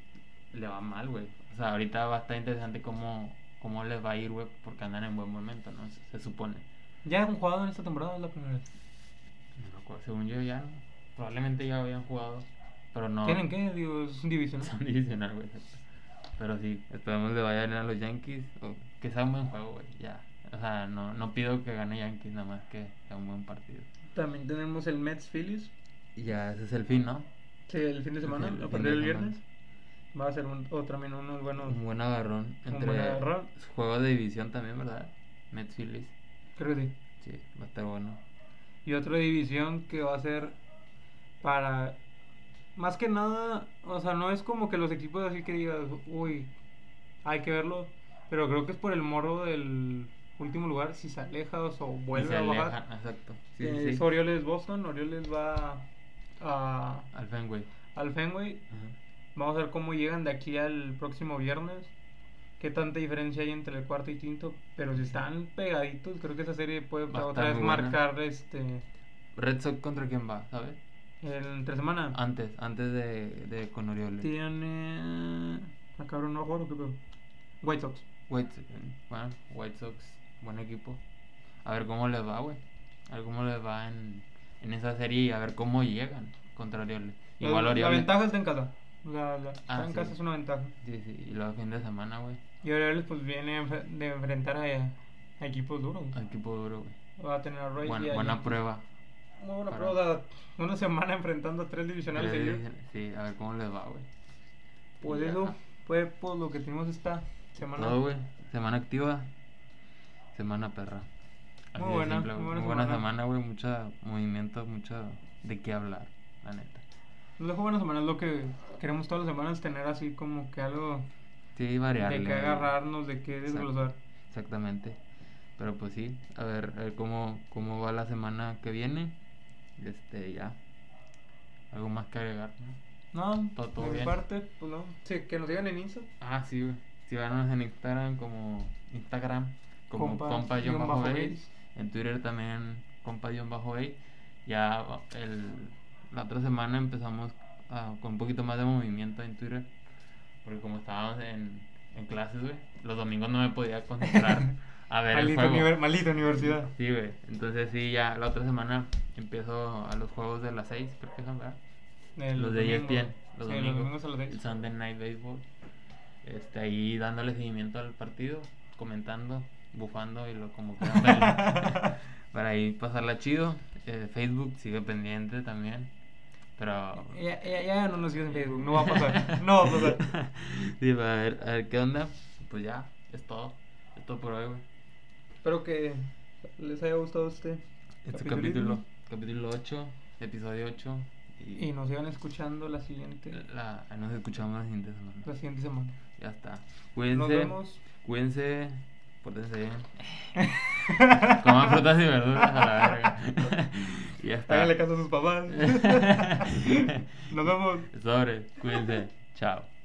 Speaker 2: le va mal, güey. O sea, ahorita va a estar interesante cómo, cómo les va a ir, güey, porque andan en buen momento, ¿no? Se, se supone.
Speaker 1: Ya han jugado en esta temporada, es la primera vez.
Speaker 2: No me acuerdo, Según yo ya, no. probablemente ya habían jugado, pero no.
Speaker 1: ¿Tienen qué? Digo, es un divisional.
Speaker 2: Son divisional, güey. exacto. Pero sí, esperemos le vayan a los Yankees. o que sea un buen juego, güey. Ya. O sea, no, no pido que gane Yankees, nada más que sea un buen partido.
Speaker 1: También tenemos el Mets Phillies.
Speaker 2: Y ya, ese es el fin, ¿no?
Speaker 1: Sí, el fin de semana,
Speaker 2: El
Speaker 1: a
Speaker 2: fin
Speaker 1: partir del
Speaker 2: de semana.
Speaker 1: viernes. Va a ser un, o también unos buenos.
Speaker 2: Un buen agarrón.
Speaker 1: Un
Speaker 2: Entre
Speaker 1: buen agarrón.
Speaker 2: Juego de división también, ¿verdad? Mets Phillies.
Speaker 1: Creo que sí.
Speaker 2: Sí, va a estar bueno.
Speaker 1: Y otra división que va a ser para. Más que nada, o sea, no es como que los equipos así que digas, uy, hay que verlo. Pero creo que es por el morro del último lugar, si se aleja o o
Speaker 2: Y
Speaker 1: vuelve
Speaker 2: se
Speaker 1: a bajar. Eh,
Speaker 2: alejan, exacto. Sí,
Speaker 1: que
Speaker 2: sí,
Speaker 1: es
Speaker 2: sí.
Speaker 1: Orioles Boston, Orioles va a,
Speaker 2: Al Fenway.
Speaker 1: al Fenway.
Speaker 2: Ajá.
Speaker 1: Vamos a ver cómo llegan de aquí al próximo viernes. Qué tanta diferencia hay entre el cuarto y quinto. Pero si están pegaditos, creo que esa serie puede
Speaker 2: Va a
Speaker 1: otra
Speaker 2: estar
Speaker 1: vez
Speaker 2: muy buena.
Speaker 1: marcar este
Speaker 2: Red Sox contra quién va, ¿sabes?
Speaker 1: entre semana.
Speaker 2: Antes, antes de, de con Orioles.
Speaker 1: Tiene. Ah, cabrón, no juego, ¿qué pedo? White Sox.
Speaker 2: White, bueno, White Sox, buen equipo. A ver cómo les va, güey. A ver cómo les va en, en esa serie y a ver cómo llegan contra Orioles. Igual
Speaker 1: la, la
Speaker 2: Orioles.
Speaker 1: ventaja está en casa. La, la-
Speaker 2: Ah,
Speaker 1: estar en
Speaker 2: sí.
Speaker 1: casa es una ventaja.
Speaker 2: Sí, sí, y los fines de semana, güey.
Speaker 1: Y Orioles, pues viene enf- de enfrentar a, a equipos duros.
Speaker 2: Equipo duro, güey.
Speaker 1: Va a tener a Rays
Speaker 2: Ah. Buen-
Speaker 1: y a
Speaker 2: buena
Speaker 1: Yankees.
Speaker 2: prueba.
Speaker 1: Muy buena
Speaker 2: para-
Speaker 1: prueba. o sea, Una semana enfrentando a tres divisionales
Speaker 2: Tres
Speaker 1: seguidos.
Speaker 2: divisiones- Sí, a ver cómo les va, güey.
Speaker 1: Pues
Speaker 2: Ya.
Speaker 1: eso fue por lo que tenemos esta semana.
Speaker 2: Todo, güey. Semana activa, semana perra. Así
Speaker 1: Muy
Speaker 2: de
Speaker 1: buena,
Speaker 2: simple,
Speaker 1: muy
Speaker 2: güey.
Speaker 1: buena
Speaker 2: Muy buena
Speaker 1: semana.
Speaker 2: semana, güey. Mucho movimiento, mucho de qué hablar, la neta.
Speaker 1: Los dejo buenas semanas. Lo que queremos todas las semanas tener así como que algo
Speaker 2: Sí, variarle.
Speaker 1: de que
Speaker 2: güey.
Speaker 1: agarrarnos, de que
Speaker 2: Exacto.
Speaker 1: desglosar.
Speaker 2: Exactamente. Pero pues sí, a ver, a ver cómo, cómo va la semana que viene. Este, ya. Algo más que agregar. ¿no?
Speaker 1: No,
Speaker 2: Todo- todo
Speaker 1: de mi
Speaker 2: bien.
Speaker 1: parte, pues no. Sí, que nos digan en Insta.
Speaker 2: Ah, sí, güey. Síganos en Instagram como Instagram, como
Speaker 1: Compa-
Speaker 2: compa
Speaker 1: guión bajo
Speaker 2: bajo
Speaker 1: Bates.
Speaker 2: En Twitter también compa bajo Bates. Ya va- el, la otra semana empezamos ah, con un poquito más de movimiento en Twitter. Porque como estábamos en, en clases, güey, los domingos no me podía concentrar a ver el
Speaker 1: Maldita,
Speaker 2: juego.
Speaker 1: univer- maldita universidad.
Speaker 2: Sí, güey. Entonces sí, ya la otra semana empiezo a los juegos de las 6, creo que son, ¿verdad?
Speaker 1: El
Speaker 2: los de E
Speaker 1: domingo.
Speaker 2: ESPN, los
Speaker 1: Sí,
Speaker 2: domingos.
Speaker 1: a las seis.
Speaker 2: El Sunday Night Baseball. Este, ahí dándole seguimiento al partido, comentando, bufando y lo como que dándole- para ahí pasarla chido. Eh, Facebook sigue pendiente también. Pero
Speaker 1: Ya, ya, ya no nos siguen en Facebook, no va a pasar. No va a pasar.
Speaker 2: sí, a ver, a ver qué onda. Pues ya, es todo. Es todo por hoy, güey.
Speaker 1: Espero que les haya gustado este,
Speaker 2: Este
Speaker 1: capitulito.
Speaker 2: capítulo, capítulo 8, episodio 8.
Speaker 1: Y nos sigan escuchando la siguiente,
Speaker 2: La, ah, nos escuchamos la siguiente semana.
Speaker 1: la siguiente semana.
Speaker 2: Ya está.
Speaker 1: Nos
Speaker 2: Cuídense.
Speaker 1: vemos.
Speaker 2: Cuídense. Pórtense bien. Coman frutas y verduras a la verga. y ya está.
Speaker 1: Háganle caso a sus papás. nos vemos.
Speaker 2: Sobre. Cuídense. Chao.